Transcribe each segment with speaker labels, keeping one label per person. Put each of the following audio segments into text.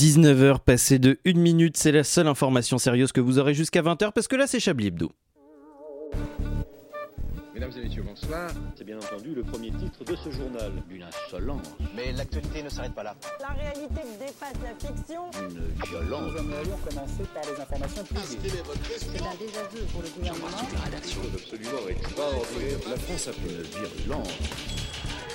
Speaker 1: 19h passée de 1 minute, c'est la seule information sérieuse que vous aurez jusqu'à 20h parce que là c'est Chablis Hebdo.
Speaker 2: Mesdames et messieurs, bonsoir.
Speaker 3: C'est bien entendu le premier titre de ce journal. Une insolence.
Speaker 4: Mais l'actualité ne s'arrête pas là.
Speaker 5: La réalité dépasse la fiction.
Speaker 3: Une violence.
Speaker 6: Nous aimerions commencer par les informations privées.
Speaker 7: C'est un désaveu pour le gouvernement.
Speaker 3: La rédaction est absolument extraordinaire. La France a une virulence.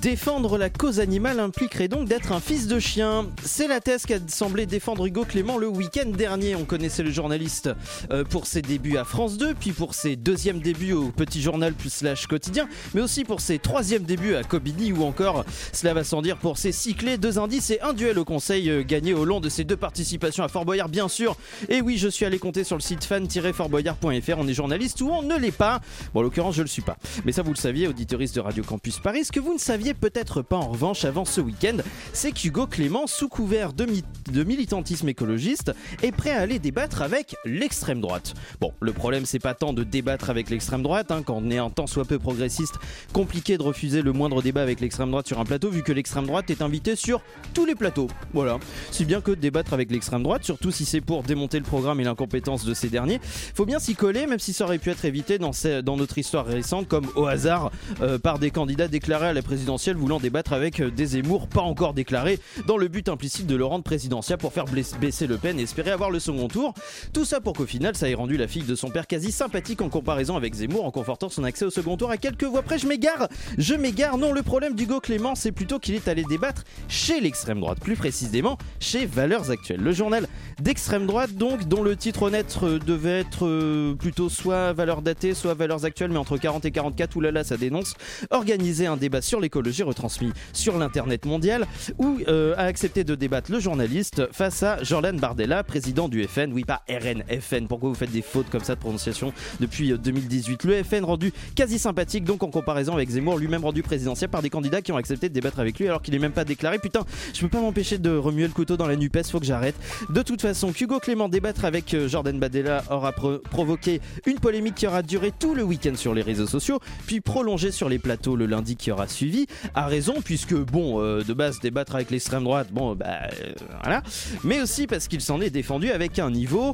Speaker 1: Défendre la cause animale impliquerait donc d'être un fils de chien. C'est la thèse qu'a semblé défendre Hugo Clément le week-end dernier. On connaissait le journaliste euh, pour ses débuts à France 2, puis pour ses deuxièmes débuts au Petit Journal plus Slash Quotidien, mais aussi pour ses troisièmes débuts à Kobini ou encore, cela va sans dire, pour ses six clés, deux indices et un duel au conseil euh, gagné au long de ses deux participations à Fort Boyard, bien sûr. Et oui, je suis allé compter sur le site fan-fortboyard.fr. On est journaliste ou on ne l'est pas. Bon, en l'occurrence, je le suis pas. Mais ça, vous le saviez, auditoriste de Radio Campus Paris, ce que vous ne saviez peut-être pas en revanche avant ce week-end, c'est qu'Hugo Clément, sous couvert de, mi- de, militantisme écologiste, est prêt à aller débattre avec l'extrême droite. Bon, le problème c'est pas tant de débattre avec l'extrême droite, hein, quand on est un tant soit peu progressiste, compliqué de refuser le moindre débat avec l'extrême droite sur un plateau, vu que l'extrême droite est invitée sur tous les plateaux. Voilà. Si bien que débattre avec l'extrême droite, surtout si c'est pour démonter le programme et l'incompétence de ces derniers, faut bien s'y coller, même si ça aurait pu être évité dans, ces, dans notre histoire récente, comme au hasard euh, par des candidats déclarés à la présidence voulant débattre avec euh, des Zemmour pas encore déclarés dans le but implicite de le rendre présidentiel pour faire baisser Le Pen et espérer avoir le second tour. Tout ça pour qu'au final ça ait rendu la fille de son père quasi sympathique en comparaison avec Zemmour en confortant son accès au second tour à quelques voix près. Je m'égare Je m'égare Non, le problème d'Hugo Clément c'est plutôt qu'il est allé débattre chez l'extrême droite, plus précisément chez Valeurs Actuelles. Le journal d'extrême droite donc dont le titre honnête euh, devait être euh, plutôt soit valeurs datées soit valeurs actuelles mais entre 40 et 44 oulala ça dénonce organiser un débat sur les écologie retransmis sur l'internet mondial où euh, a accepté de débattre le journaliste face à Jordan Bardella, président du FN, oui pas RN, FN, pourquoi vous faites des fautes comme ça de prononciation depuis euh, 2018 Le FN rendu quasi sympathique donc en comparaison avec Zemmour, lui-même rendu présidentiel par des candidats qui ont accepté de débattre avec lui alors qu'il est même pas déclaré, putain je peux pas m'empêcher de remuer le couteau dans la NUPES, faut que j'arrête. De toute façon, Hugo Clément débattre avec euh, Jordan Bardella aura pro- provoqué une polémique qui aura duré tout le week-end sur les réseaux sociaux, puis prolongée sur les plateaux le lundi qui aura suivi a raison puisque bon euh, de base débattre avec l'extrême droite bon bah euh, voilà mais aussi parce qu'il s'en est défendu avec un niveau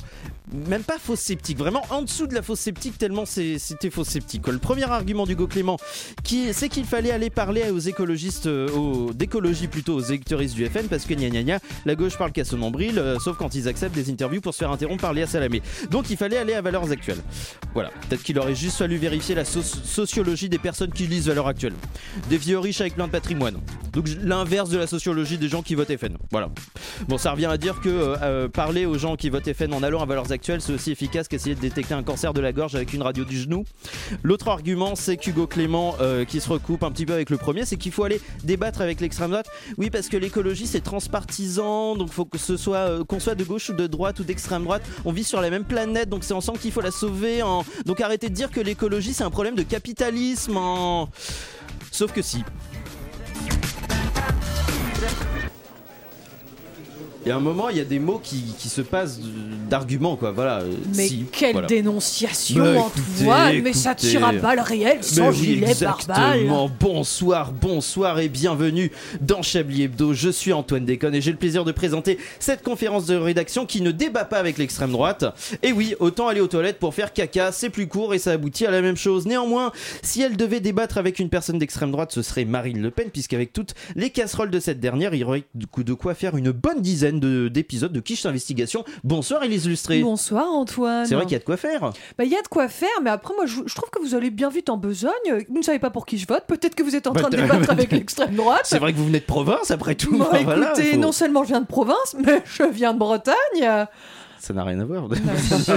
Speaker 1: même pas fausse sceptique vraiment en dessous de la fausse sceptique tellement c'est, c'était fausse sceptique le premier argument d'Hugo Clément qui c'est qu'il fallait aller parler aux écologistes euh, aux d'écologie plutôt aux électoristes du FN parce que gna gna gna la gauche parle qu'à son nombril euh, sauf quand ils acceptent des interviews pour se faire interrompre par Léa Salamé donc il fallait aller à valeurs actuelles voilà peut-être qu'il aurait juste fallu vérifier la so- sociologie des personnes qui lisent valeurs actuelles des vieux riches avec plein de patrimoine. Donc l'inverse de la sociologie des gens qui votent FN. Voilà. Bon, ça revient à dire que euh, parler aux gens qui votent FN en allant à valeurs actuelles, c'est aussi efficace qu'essayer de détecter un cancer de la gorge avec une radio du genou. L'autre argument, c'est qu'Hugo Clément, euh, qui se recoupe un petit peu avec le premier, c'est qu'il faut aller débattre avec l'extrême droite. Oui, parce que l'écologie, c'est transpartisan, donc faut que ce soit euh, qu'on soit de gauche ou de droite ou d'extrême droite, on vit sur la même planète, donc c'est ensemble qu'il faut la sauver. En... Donc arrêtez de dire que l'écologie, c'est un problème de capitalisme. En... Sauf que si. Il y a un moment, il y a des mots qui, qui se passent d'arguments, quoi. Voilà. euh,
Speaker 8: Mais
Speaker 1: si,
Speaker 8: quelle
Speaker 1: voilà.
Speaker 8: dénonciation en toi Mais ça tire à balles réelles, sans
Speaker 1: Bah, mais oui,
Speaker 8: gilet par balle.
Speaker 1: Exactement. Bonsoir, bonsoir et bienvenue dans Chablis Hebdo. Je suis Antoine Déconne et j'ai le plaisir de présenter cette conférence de rédaction qui ne débat pas avec l'extrême droite. Et oui, autant aller aux toilettes pour faire caca, c'est plus court et ça aboutit à la même chose. Néanmoins, si elle devait débattre avec une personne d'extrême droite, ce serait Marine Le Pen, puisqu'avec toutes les casseroles de cette dernière, il y aurait de quoi faire une bonne dizaine de, d'épisodes de Quiche d'investigation. Bonsoir les illustrés.
Speaker 8: Bonsoir Antoine.
Speaker 1: C'est vrai qu'il y a de quoi faire.
Speaker 8: Bah il y a de quoi faire, mais après moi je, je, trouve que vous allez bien vite en besogne. Vous ne savez pas pour qui je vote. Peut-être que vous êtes en bah, train de débattre avec l'extrême droite.
Speaker 1: C'est vrai que vous venez de province après tout.
Speaker 8: Bah, écoutez, voilà, faut... non seulement je viens de province, mais je viens de Bretagne. Euh,
Speaker 1: Ça n'a rien à
Speaker 8: Bah
Speaker 1: voir.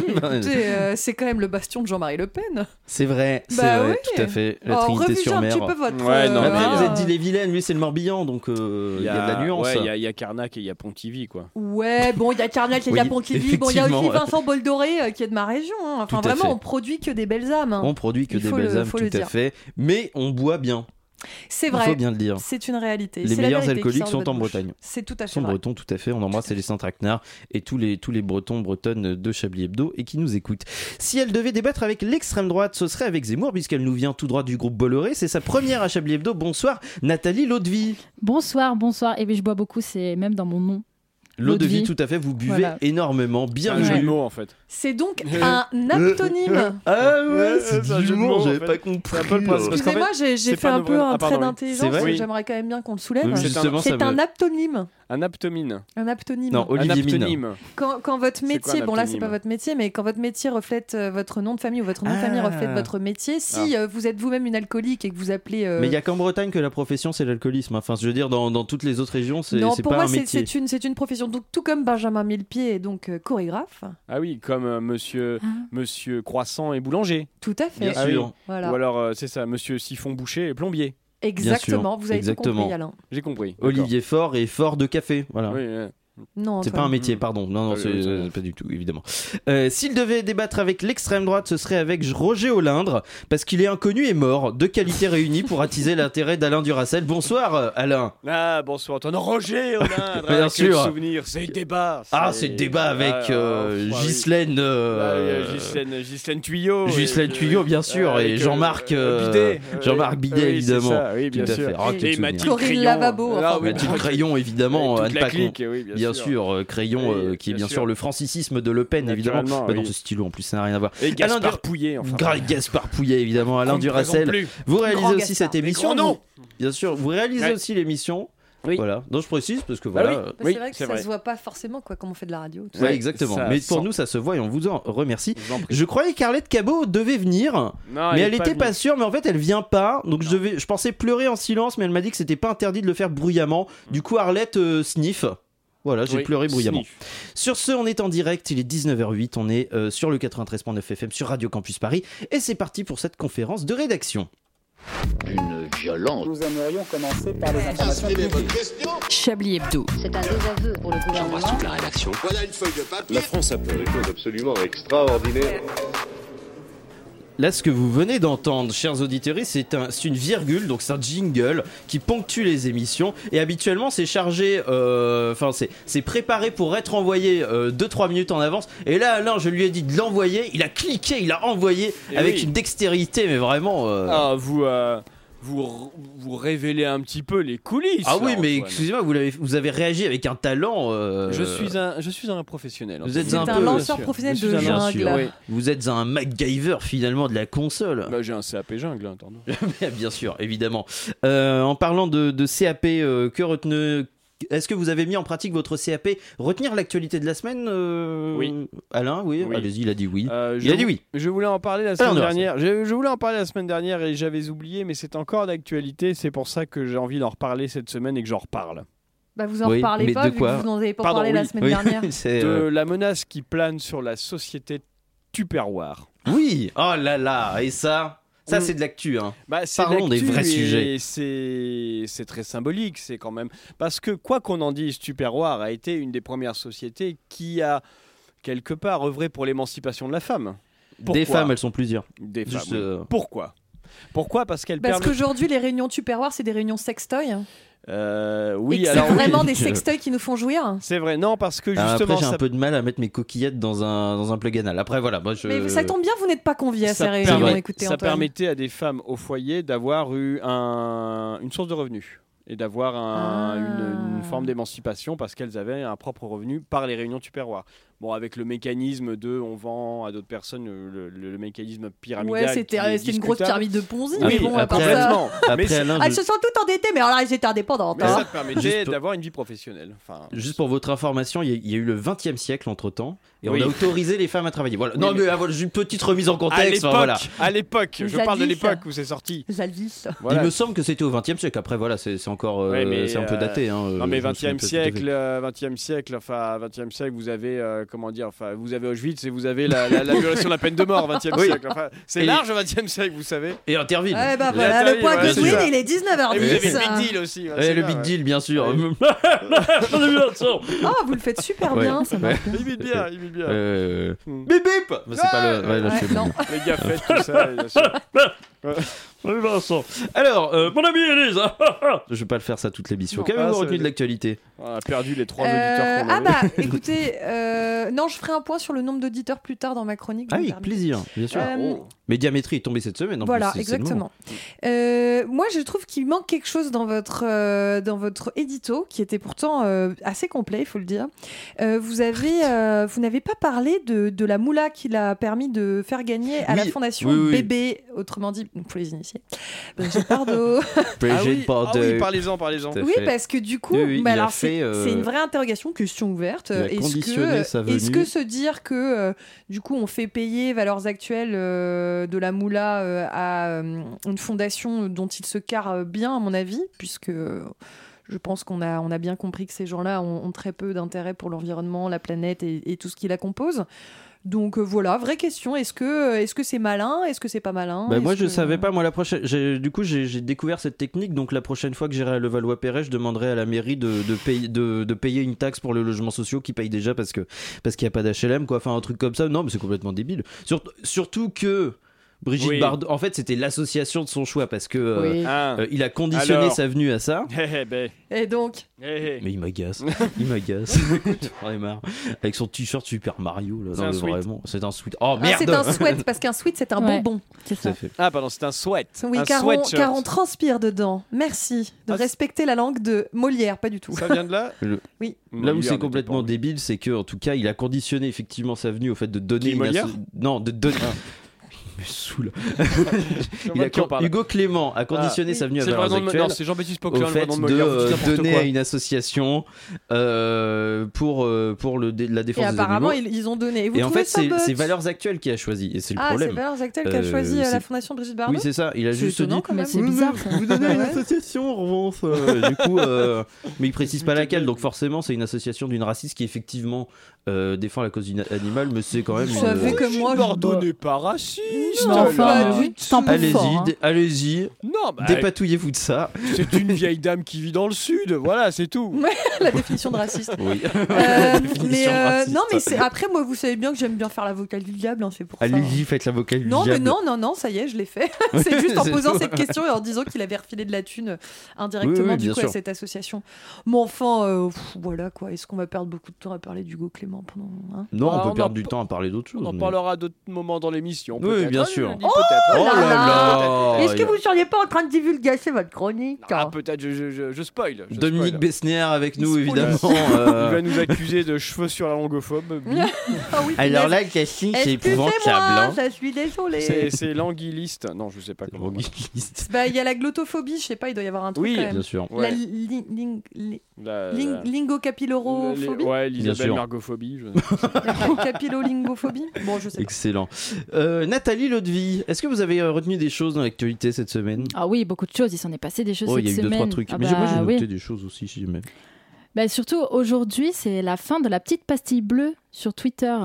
Speaker 8: Écoutez, euh, c'est quand même le bastion de Jean-Marie Le Pen.
Speaker 1: C'est vrai, c'est bah vrai, oui. tout à fait. La
Speaker 8: Alors,
Speaker 1: Trinité sur
Speaker 8: un
Speaker 1: mer.
Speaker 8: petit peu votre.
Speaker 1: Ouais, non,
Speaker 8: euh,
Speaker 1: mais vous êtes dit les vilaines, lui c'est le Morbihan, donc euh, il y, a de la nuance.
Speaker 9: Ouais, il y, y, a Carnac et il y a Pontivy, quoi.
Speaker 8: Ouais, bon, il y a Carnac, il y a oui, Pontivy, bon, il y a aussi Vincent Boldoré qui est de ma région. Hein. Enfin,
Speaker 1: tout
Speaker 8: vraiment,
Speaker 1: fait.
Speaker 8: on produit que des belles âmes. Hein.
Speaker 1: On produit que
Speaker 8: il
Speaker 1: des
Speaker 8: faut le,
Speaker 1: belles âmes,
Speaker 8: faut
Speaker 1: tout
Speaker 8: le dire.
Speaker 1: à fait. Mais on boit bien.
Speaker 2: C'est
Speaker 1: Il faut
Speaker 2: vrai.
Speaker 1: bien le dire.
Speaker 2: C'est une réalité.
Speaker 1: Les
Speaker 2: C'est la
Speaker 1: meilleurs
Speaker 2: vérité qui sort
Speaker 1: alcooliques
Speaker 2: de
Speaker 1: sont
Speaker 2: votre
Speaker 1: en
Speaker 2: bouche.
Speaker 1: Bretagne.
Speaker 2: C'est tout à fait
Speaker 1: Son
Speaker 2: vrai.
Speaker 1: breton, tout à fait. On embrasse les Saint-Traquenards et tous les, tous les bretons, bretonnes de Chablis Hebdo et qui nous écoutent. Si elle devait débattre avec l'extrême droite, ce serait avec Zemmour, puisqu'elle nous vient tout droit du groupe Bolloré. C'est sa première à Chablis Hebdo. Bonsoir, Nathalie Laudevie.
Speaker 10: Bonsoir, bonsoir. Et bien, je bois beaucoup, c'est même dans mon nom.
Speaker 1: Laudevie,
Speaker 10: Laudevie.
Speaker 1: tout à fait. Vous buvez
Speaker 10: Voilà.
Speaker 1: énormément. Bien
Speaker 9: un jeu
Speaker 1: joué.
Speaker 9: de mots en fait.
Speaker 8: C'est donc
Speaker 1: Euh,
Speaker 8: un aptonyme.
Speaker 1: Ah ouais,
Speaker 9: c'est
Speaker 1: c'est
Speaker 9: un
Speaker 1: du
Speaker 9: jeu de mots,
Speaker 1: humour,
Speaker 9: en
Speaker 1: j'avais
Speaker 9: fait.
Speaker 1: pas compris. euh.
Speaker 9: un peu le principe. Parce qu'en
Speaker 8: Excusez-moi,
Speaker 9: fait,
Speaker 8: j'ai j'ai
Speaker 9: c'est
Speaker 8: fait
Speaker 9: pas
Speaker 8: un
Speaker 9: le
Speaker 8: peu
Speaker 9: vrai-
Speaker 8: un
Speaker 9: ah,
Speaker 8: trait
Speaker 9: pardon, oui.
Speaker 1: C'est
Speaker 8: d'intelligence,
Speaker 1: vrai.
Speaker 8: et j'aimerais quand même bien qu'on le soulève.
Speaker 1: Oui, justement, ça
Speaker 8: C'est
Speaker 1: me-
Speaker 8: un aptonyme.
Speaker 9: Un aptomine.
Speaker 8: Un aptonyme.
Speaker 1: Non,
Speaker 9: Un
Speaker 1: Olivier Mine.
Speaker 9: aptonyme.
Speaker 8: Quand, quand votre
Speaker 9: C'est
Speaker 8: métier,
Speaker 9: quoi un
Speaker 8: bon là c'est
Speaker 9: aptonyme
Speaker 8: pas votre métier, mais quand votre métier reflète euh, votre nom de famille ou votre nom de famille
Speaker 1: Ah.
Speaker 8: reflète votre métier, si euh, vous êtes vous-même une alcoolique et que vous appelez. euh,
Speaker 1: Mais il n'y a qu'en Bretagne que la profession, c'est l'alcoolisme. Enfin, je veux dire, dans, dans toutes les autres régions, c'est
Speaker 8: non,
Speaker 1: c'est
Speaker 8: pour
Speaker 1: pas
Speaker 8: moi
Speaker 1: un
Speaker 8: c'est
Speaker 1: métier.
Speaker 8: c'est une, c'est une profession. Donc tout comme Benjamin Millepied est donc euh, chorégraphe,
Speaker 9: Ah oui, comme euh, monsieur,
Speaker 10: Ah.
Speaker 9: monsieur Croissant et boulanger.
Speaker 8: tout à fait.
Speaker 1: Bien
Speaker 9: Ah oui.
Speaker 1: sûr.
Speaker 8: Voilà.
Speaker 9: Ou alors, euh, c'est ça, monsieur Siphon Boucher et plombier.
Speaker 8: Exactement, vous avez tout
Speaker 1: Exactement.
Speaker 8: compris Alain.
Speaker 9: J'ai compris. D'accord.
Speaker 1: Olivier Fort et Fort de café. Voilà.
Speaker 9: Oui, euh,
Speaker 8: Non,
Speaker 1: C'est
Speaker 8: Antoine.
Speaker 1: pas un métier, pardon. Non, non,
Speaker 9: Ah oui,
Speaker 1: c'est
Speaker 9: oui, ça va.
Speaker 1: euh, pas du tout, évidemment. Euh, S'il devait débattre avec l'extrême droite, ce serait avec Roger Olindre, parce qu'il est inconnu et mort. Deux qualités réunies pour attiser l'intérêt d'Alain Duracel. Bonsoir, euh, Alain.
Speaker 9: Ah, bonsoir, Antoine. Roger, on a
Speaker 1: Bien sûr.
Speaker 9: souvenir, c'est débat. Ah,
Speaker 1: Ah, c'est le débat avec euh,
Speaker 9: Gislain
Speaker 1: Ghislaine.
Speaker 9: Bah,
Speaker 1: euh,
Speaker 9: Gislaine, Gislaine Tuyot.
Speaker 1: Ghislaine Tuyot, bien sûr, et Jean-Marc, euh, Jean-Marc Bidet, évidemment.
Speaker 9: oui,
Speaker 1: Tout
Speaker 9: bien
Speaker 1: à
Speaker 9: sûr.
Speaker 1: fait. Ah, quel
Speaker 9: et
Speaker 1: souvenir.
Speaker 9: Mathilde
Speaker 8: Chlorine
Speaker 9: Crayon.
Speaker 8: Lavabo,
Speaker 9: Ah,
Speaker 8: enfin,
Speaker 9: oui,
Speaker 8: bon.
Speaker 1: Mathilde
Speaker 9: Mathilde
Speaker 1: Crayon, évidemment,
Speaker 9: Avec
Speaker 1: à
Speaker 9: toute
Speaker 1: ne
Speaker 9: la
Speaker 1: pas
Speaker 9: clique, oui, bien,
Speaker 1: Bien, sûr, euh, crayon
Speaker 9: Oui,
Speaker 1: euh, qui est
Speaker 9: bien
Speaker 1: bien
Speaker 9: sûr.
Speaker 1: sûr le franciscisme de Le Pen, évidemment.
Speaker 9: Naturellement,
Speaker 1: Bah non,
Speaker 9: oui.
Speaker 1: c'est stylo en plus, ça n'a rien à voir.
Speaker 9: Et Gaspard
Speaker 1: Alain Dur-
Speaker 9: Pouillet, enfin.
Speaker 1: Gra- Gaspard Pouillet, évidemment, Alain
Speaker 9: On ne présente
Speaker 1: Duracel.
Speaker 9: plus.
Speaker 1: Vous réalisez
Speaker 8: Grand
Speaker 1: aussi
Speaker 8: Gaspard.
Speaker 1: cette émission
Speaker 9: grands noms.
Speaker 1: vous- Bien sûr, vous réalisez
Speaker 9: Ouais.
Speaker 1: aussi l'émission.
Speaker 9: Oui.
Speaker 1: Voilà. Donc je précise parce que voilà.
Speaker 9: oui.
Speaker 1: euh,
Speaker 8: Bah, c'est vrai que ça se voit pas forcément quoi, comme on fait de la radio. tout ça.
Speaker 1: ouais,
Speaker 9: Ouais,
Speaker 1: exactement.
Speaker 9: ça
Speaker 1: Mais pour
Speaker 9: sent.
Speaker 1: nous, ça se voit et on vous en remercie.
Speaker 9: Je vous en prie.
Speaker 1: Je croyais qu'Arlette Cabot devait venir,
Speaker 9: Non,
Speaker 1: mais
Speaker 9: Ah, est Ah.
Speaker 1: elle était
Speaker 9: venue.
Speaker 1: pas sûre. Mais en fait, elle vient pas. Donc je devais, je pensais pleurer en silence, mais elle m'a dit que c'était pas interdit de le faire bruyamment. Du coup, Arlette euh, sniff. Voilà, j'ai
Speaker 9: Mm. Oui,
Speaker 1: pleuré bruyamment.
Speaker 9: sniff.
Speaker 1: Sur ce, on est en direct, il est 19h08, on est euh, sur le 93.9 FM sur Radio Campus Paris et c'est parti pour cette conférence de rédaction.
Speaker 11: Une violence.
Speaker 6: Nous aimerions commencer par les informations publiques.
Speaker 12: Chablis Hebdo.
Speaker 7: C'est un désaveu pour le gouvernement.
Speaker 11: la rédaction.
Speaker 3: La France a peur. Des choses absolument extraordinaires.
Speaker 1: Là, ce que vous venez d'entendre, chers auditeurs, c'est un, c'est une virgule, donc c'est un jingle qui ponctue les émissions. Et habituellement, c'est chargé, euh, enfin, c'est, c'est préparé pour être envoyé 2-3 minutes en avance. Et là, Alain, je lui ai dit de l'envoyer, il a cliqué, il a envoyé
Speaker 9: Et
Speaker 1: avec
Speaker 9: Eh oui.
Speaker 1: une dextérité, mais vraiment. euh,
Speaker 9: Ah, vous, euh, vous, r- vous révélez un petit peu les coulisses.
Speaker 1: ah
Speaker 9: là,
Speaker 1: oui, mais
Speaker 9: Antoine.
Speaker 1: excusez-moi, vous, l'avez- vous avez réagi avec un talent. euh,
Speaker 9: Je suis un, je suis un professionnel.
Speaker 1: Vous êtes
Speaker 8: C'est
Speaker 1: un
Speaker 8: un,
Speaker 1: peu-
Speaker 9: Bien
Speaker 8: lanceur
Speaker 9: sûr.
Speaker 8: professionnel
Speaker 9: Je
Speaker 8: de
Speaker 9: suis un
Speaker 1: lanceur.
Speaker 8: jungle.
Speaker 9: Oui.
Speaker 1: Vous êtes un MacGyver finalement de la console.
Speaker 9: Bah, j'ai un CAP jungle, hein, pardon.
Speaker 1: Bien sûr, évidemment. Euh, en parlant de, de CAP, euh, que retenez est-ce que vous avez mis en pratique votre CAP Retenir l'actualité de la semaine euh,
Speaker 9: Oui.
Speaker 1: Alain, oui,
Speaker 9: Oui.
Speaker 1: Allez-y, il a dit oui.
Speaker 9: Euh,
Speaker 1: Il a dit oui.
Speaker 9: Je voulais en parler la semaine
Speaker 1: non,
Speaker 9: dernière. Je, je voulais en parler la semaine dernière et j'avais oublié, mais c'est encore d'actualité. C'est pour ça que j'ai envie d'en reparler cette semaine et que j'en reparle.
Speaker 8: Bah, vous en
Speaker 1: Oui,
Speaker 8: parlez
Speaker 1: mais
Speaker 8: pas,
Speaker 1: de
Speaker 8: vu
Speaker 1: quoi
Speaker 8: que vous n'en avez pas
Speaker 9: Pardon,
Speaker 8: parlé
Speaker 9: oui,
Speaker 8: la semaine
Speaker 1: oui.
Speaker 8: dernière.
Speaker 1: c'est,
Speaker 9: De
Speaker 1: euh,
Speaker 9: la menace qui plane sur la société Tupperware.
Speaker 1: Oui. Oh là là. Et ça, ça
Speaker 9: Mm.
Speaker 1: c'est de l'actu. Hein.
Speaker 9: Bah, c'est
Speaker 1: Parlons des
Speaker 9: l'actu
Speaker 1: vrais
Speaker 9: et
Speaker 1: sujets.
Speaker 9: C'est c'est très symbolique, c'est quand même parce que quoi qu'on en dise, Tupperware a été une des premières sociétés qui a quelque part œuvré pour l'émancipation de la femme. Pourquoi
Speaker 1: Des femmes, elles sont plusieurs.
Speaker 9: Des
Speaker 1: Juste,
Speaker 9: femmes, oui.
Speaker 1: euh,
Speaker 9: Pourquoi Pourquoi Parce qu'elle
Speaker 8: Parce
Speaker 9: permet.
Speaker 8: qu'aujourd'hui, les réunions Tupperware, c'est des réunions sextoy. hein.
Speaker 9: Euh,
Speaker 8: Et
Speaker 9: oui,
Speaker 8: que
Speaker 9: alors
Speaker 8: c'est vraiment
Speaker 1: oui,
Speaker 8: des
Speaker 1: je-
Speaker 8: sextoys qui nous font jouir.
Speaker 9: c'est vrai. Non, parce que
Speaker 1: Ah,
Speaker 9: justement,
Speaker 1: Après, j'ai
Speaker 9: ça
Speaker 1: un peu de mal à mettre mes coquillettes dans un dans un plug anal. Après, voilà, moi je.
Speaker 8: Mais ça tombe bien, vous n'êtes pas conviés à ces
Speaker 9: Ça
Speaker 8: réunions.
Speaker 1: permet-
Speaker 8: écoutez,
Speaker 9: ça
Speaker 8: Antoine.
Speaker 9: permettait à des femmes au foyer d'avoir eu un- une source de revenus et d'avoir un-
Speaker 8: Ah.
Speaker 9: une, une forme d'émancipation parce qu'elles avaient un propre revenu par les réunions tupperware. Bon, avec le mécanisme de on vend à d'autres personnes, le, le- le mécanisme pyramidal.
Speaker 8: Ouais, c'était euh,
Speaker 9: qui est
Speaker 8: c'était une grosse
Speaker 9: discutable.
Speaker 8: pyramide de Ponzi,
Speaker 1: Oui,
Speaker 8: mais bon, à part
Speaker 1: Ah, après-
Speaker 8: ça.
Speaker 9: Complètement. mais
Speaker 1: Après,
Speaker 9: c'est-
Speaker 1: Alain,
Speaker 8: Ah, elles
Speaker 1: je-
Speaker 8: se sont toutes endettées, mais alors là, elles étaient indépendantes.
Speaker 9: mais
Speaker 8: hein.
Speaker 9: ça te permettait
Speaker 1: Juste pour-
Speaker 9: d'avoir une vie professionnelle. Enfin,
Speaker 1: Juste pour votre information, il y a- il y, a eu le 20e siècle entre temps et
Speaker 9: Oui.
Speaker 1: on a autorisé les femmes à travailler. Voilà.
Speaker 9: Oui,
Speaker 1: non,
Speaker 9: mais-
Speaker 1: mais, ah, voilà, j'ai une petite remise en
Speaker 9: à
Speaker 1: contexte.
Speaker 9: l'époque,
Speaker 1: enfin, voilà.
Speaker 9: à l'époque, je
Speaker 8: Jadis.
Speaker 9: parle de l'époque où c'est sorti.
Speaker 8: Jadis.
Speaker 9: Voilà.
Speaker 1: Il me semble que c'était au 20e siècle. Après, voilà, c'est c'est encore euh,
Speaker 9: Ouais, mais,
Speaker 1: c'est un peu
Speaker 9: euh,
Speaker 1: daté. hein, euh,
Speaker 9: Non mais
Speaker 1: je me souviens
Speaker 9: 20e
Speaker 1: pas tout à
Speaker 9: siècle,
Speaker 1: fait.
Speaker 9: euh, 20e siècle, enfin 20e siècle, vous avez euh, comment dire, enfin vous avez Auschwitz et vous avez la, la, la violation de la peine de mort 20e
Speaker 1: Oui.
Speaker 9: siècle. Enfin, c'est
Speaker 1: Et-
Speaker 9: large 20e siècle, vous savez.
Speaker 1: Et Interville.
Speaker 8: Ouais, bah
Speaker 1: Et-
Speaker 8: voilà,
Speaker 9: Nathalie,
Speaker 8: le point
Speaker 9: voilà, c'est
Speaker 8: Goodwin,
Speaker 9: ça.
Speaker 8: il est
Speaker 9: Et vous avez le
Speaker 8: 19h10.
Speaker 9: big deal aussi. hein,
Speaker 1: Et le big deal, bien sûr.
Speaker 9: Ouais.
Speaker 1: On a vu ensemble.
Speaker 8: Ah, vous le faites super
Speaker 1: Ouais.
Speaker 8: bien, ça marche.
Speaker 9: Il vit bien, il vit bien.
Speaker 1: Euh,
Speaker 9: Hmm.
Speaker 1: Bip bip Bah, C'est pas le. ouais, là,
Speaker 8: Ouais,
Speaker 1: c'est bon.
Speaker 8: non.
Speaker 9: Les gaffettes, tout ça. bien sûr.
Speaker 1: Oui, Vincent. Alors, euh, mon ami Elise, je vais pas le faire ça toute l'émission.
Speaker 9: Non.
Speaker 1: Qu'avez-vous
Speaker 9: Ah, ça
Speaker 1: retenu
Speaker 9: va
Speaker 1: de l'actualité
Speaker 9: On a perdu les trois
Speaker 8: Euh,
Speaker 9: auditeurs qu'on
Speaker 8: ah
Speaker 9: avait.
Speaker 8: bah écoutez, euh, non, je ferai un point sur le nombre d'auditeurs plus tard dans ma chronique.
Speaker 1: Ah
Speaker 8: je me
Speaker 1: oui, avec
Speaker 8: permets.
Speaker 1: plaisir, bien sûr.
Speaker 8: Euh,
Speaker 9: Oh.
Speaker 1: Médiamétrie est tombée cette semaine. en
Speaker 8: voilà,
Speaker 1: plus, c'est- c'est le moment.
Speaker 8: exactement. Euh, moi, je trouve qu'il manque quelque chose dans votre euh, dans votre édito, qui était pourtant euh, assez complet, il faut le dire. Euh, vous avez euh, vous n'avez pas parlé de, de la moula qu'il a permis de faire gagner à
Speaker 1: Oui,
Speaker 8: la fondation
Speaker 1: oui, oui.
Speaker 8: Bébé, autrement dit pour les initiés. Ben, Brigitte Bardot.
Speaker 9: Ah oui,
Speaker 1: Brigitte
Speaker 9: ah
Speaker 1: Bardot.
Speaker 9: oui, parlez-en, parlez-en.
Speaker 1: Tout à
Speaker 8: Oui,
Speaker 1: fait.
Speaker 8: parce que du coup,
Speaker 1: Oui, oui,
Speaker 8: bah
Speaker 1: il a
Speaker 8: alors
Speaker 1: fait,
Speaker 8: c'est
Speaker 1: euh,
Speaker 8: c'est une vraie interrogation, question ouverte.
Speaker 1: il a
Speaker 8: Est-ce
Speaker 1: conditionné sa
Speaker 8: que,
Speaker 1: venue.
Speaker 8: est que se dire que euh, du coup on fait payer valeurs actuelles euh, de la moula euh, à euh, une fondation dont il se carre euh, bien, à mon avis, puisque euh, je pense qu'on a, on a bien compris que ces gens-là ont, ont très peu d'intérêt pour l'environnement, la planète et, et tout ce qui la compose. Donc euh, voilà, vraie question. Est-ce que euh, est-ce que c'est malin Est-ce que c'est pas malin
Speaker 1: Bah,
Speaker 8: Est-ce
Speaker 1: moi je
Speaker 8: que-
Speaker 1: savais pas moi la prochaine j'ai- du coup j'ai j'ai découvert cette technique donc la prochaine fois que j'irai à Levallois-Perret je demanderai à la mairie de, de, payer, de, de payer une taxe pour le logement social qui paye déjà parce que parce qu'il n'y a pas d'HLM quoi enfin un truc comme ça non mais c'est complètement débile Surt- surtout que Brigitte
Speaker 9: Oui.
Speaker 1: Bardot en fait c'était l'association de son choix parce que euh,
Speaker 8: Oui.
Speaker 9: Un.
Speaker 1: euh, il a conditionné
Speaker 9: Alors.
Speaker 1: sa venue à ça
Speaker 9: Ah. Eh, eh, ben,
Speaker 8: Et donc
Speaker 9: eh, eh.
Speaker 1: mais il m'agace, il m'agace. J'en ai marre. Avec son t-shirt Super Mario là,
Speaker 9: C'est
Speaker 1: non,
Speaker 9: un
Speaker 1: mais
Speaker 9: sweat.
Speaker 1: vraiment, c'est un sweat. Oh
Speaker 8: Ah,
Speaker 1: merde.
Speaker 8: c'est un sweat parce qu'un sweat c'est un
Speaker 10: Ouais.
Speaker 8: bonbon.
Speaker 10: C'est
Speaker 1: Tout
Speaker 10: ça.
Speaker 1: à fait.
Speaker 9: Ah, pardon, c'est un sweat.
Speaker 8: Oui,
Speaker 9: un
Speaker 8: car on,
Speaker 9: sweatshirt.
Speaker 8: car on transpire dedans. Merci de
Speaker 9: Ah, c'est-
Speaker 8: respecter la langue de Molière, pas du tout.
Speaker 9: Ça vient de là
Speaker 1: Le-
Speaker 8: Oui.
Speaker 1: Là où c'est complètement débile, c'est que en tout cas, il a conditionné effectivement sa venue au fait de donner
Speaker 9: Qui,
Speaker 1: une
Speaker 9: Molière Ah.
Speaker 1: asso- non de donner. Mais saoule. Il a con-
Speaker 9: parle.
Speaker 1: Hugo Clément a conditionné
Speaker 9: Ah,
Speaker 1: sa venue à
Speaker 9: C'est le vrai
Speaker 1: Valeurs
Speaker 9: nom de
Speaker 1: Actuelles
Speaker 9: Non, c'est Jean-Baptiste
Speaker 1: au
Speaker 9: Poquelin, le
Speaker 1: fait
Speaker 9: vrai nom
Speaker 1: de,
Speaker 9: de Molière. vous
Speaker 1: euh,
Speaker 9: dites n'importe
Speaker 1: donner
Speaker 9: quoi.
Speaker 1: à une association euh, pour euh, pour le dé- la
Speaker 8: Et
Speaker 1: défense des
Speaker 8: apparemment,
Speaker 1: animaux.
Speaker 8: ils, ils ont donné. Et, vous
Speaker 1: Et en
Speaker 8: trouvez
Speaker 1: fait,
Speaker 8: ça
Speaker 1: c'est
Speaker 8: bot
Speaker 1: c'est Valeurs Actuelles qui a choisi et c'est le
Speaker 8: Ah, c'est
Speaker 1: problème.
Speaker 8: Valeurs Actuelles qu'a
Speaker 1: Euh,
Speaker 8: choisi euh,
Speaker 1: c'est-
Speaker 8: la Fondation Brigitte Bardot
Speaker 1: Oui, c'est ça. Il a
Speaker 8: C'est
Speaker 1: juste
Speaker 8: étonnant
Speaker 1: dit
Speaker 8: quand même.
Speaker 10: Mais c'est bizarre, ça.
Speaker 1: Vous donnez à une
Speaker 8: Ouais.
Speaker 1: association en revanche. euh, du coup, euh, mais il précise pas laquelle, donc forcément, c'est une association d'une raciste qui effectivement euh, défend la cause d'une- animale, mais c'est quand même.
Speaker 8: Vous
Speaker 1: une- euh,
Speaker 8: savez que moi,
Speaker 9: Bardot
Speaker 8: je...
Speaker 9: n'est pas raciste.
Speaker 10: Non, enfin,
Speaker 8: pas
Speaker 10: euh,
Speaker 8: du tout.
Speaker 10: c'est un peu
Speaker 1: Allez-y,
Speaker 10: fort, hein.
Speaker 1: dé- allez-y,
Speaker 9: Non, bah,
Speaker 1: dépatouillez-vous de ça.
Speaker 9: c'est une vieille dame qui vit dans le sud. Voilà, c'est tout.
Speaker 8: la définition de raciste.
Speaker 1: Oui.
Speaker 8: Euh,
Speaker 1: définition
Speaker 8: mais euh,
Speaker 1: raciste.
Speaker 8: non, mais c'est après moi, vous savez bien que j'aime bien faire la vocale du diable, hein, c'est pour ça.
Speaker 1: Allez-y, faites la vocale du
Speaker 8: Non, mais
Speaker 1: diable.
Speaker 8: non, non, non, ça y est, je l'ai fait. c'est juste en
Speaker 1: C'est
Speaker 8: posant
Speaker 1: tout.
Speaker 8: cette question et en disant qu'il avait refilé de la thune euh, indirectement
Speaker 1: Oui, oui,
Speaker 8: du
Speaker 1: bien
Speaker 8: coup à
Speaker 1: sûr.
Speaker 8: cette association. Mon enfant, voilà quoi. Est-ce qu'on va perdre beaucoup de temps à parler d'Hugo Clément pendant hein
Speaker 1: Non,
Speaker 9: Ah,
Speaker 1: on
Speaker 9: on
Speaker 1: peut
Speaker 9: en
Speaker 1: perdre du
Speaker 9: pa-
Speaker 1: temps à parler d'autres choses.
Speaker 9: On en
Speaker 1: mais-
Speaker 9: parlera d'autres moments dans l'émission.
Speaker 1: Oui,
Speaker 9: peut-être.
Speaker 1: bien
Speaker 9: Ah, je
Speaker 1: sûr.
Speaker 9: le dis peut-être.
Speaker 1: Oh là là
Speaker 8: là Est-ce
Speaker 1: il
Speaker 8: que
Speaker 1: y a-
Speaker 8: vous seriez pas en train de divulguer votre chronique
Speaker 9: Ah, peut-être, je, je- je- je spoil. je
Speaker 1: Dominique
Speaker 9: spoil.
Speaker 1: Besnier avec
Speaker 8: Il
Speaker 1: nous,
Speaker 8: se
Speaker 1: évidemment.
Speaker 9: Il
Speaker 1: euh,
Speaker 9: va nous accuser de cheveux sur la longophobe.
Speaker 8: Ah oui,
Speaker 1: Alors
Speaker 8: punaise.
Speaker 1: là, le casting, c'est
Speaker 8: Excusez-moi,
Speaker 1: épouvantable. hein.
Speaker 8: Je suis désolée.
Speaker 9: C'est c'est l'anguilliste. Non, je sais pas comment. on dit.
Speaker 8: Bah, il y a la glottophobie, je sais pas, il doit y avoir un truc
Speaker 9: Oui,
Speaker 8: quand même.
Speaker 1: Bien sûr.
Speaker 8: La
Speaker 9: Ouais.
Speaker 8: li- ling- li-
Speaker 9: La-
Speaker 8: ling-
Speaker 9: la-
Speaker 8: lingocapillorophobie
Speaker 9: Ouais,
Speaker 1: Bien
Speaker 9: l'Isabelle
Speaker 1: sûr.
Speaker 9: Margophobie. je-
Speaker 8: Capillolingophobie Bon, je sais pas.
Speaker 1: Excellent. Euh, Nathalie Lodevie, est-ce que vous avez euh, retenu des choses dans l'actualité cette semaine
Speaker 10: Ah oui, beaucoup de choses. Il s'en est passé des choses
Speaker 1: Oh,
Speaker 10: cette
Speaker 1: il y a eu
Speaker 10: semaine.
Speaker 1: deux trois trucs.
Speaker 10: Ah
Speaker 1: mais j'ai- moi j'ai
Speaker 10: bah oui.
Speaker 1: noté des choses aussi, si jamais.
Speaker 10: Bah, surtout aujourd'hui, c'est la fin de la petite pastille bleue sur Twitter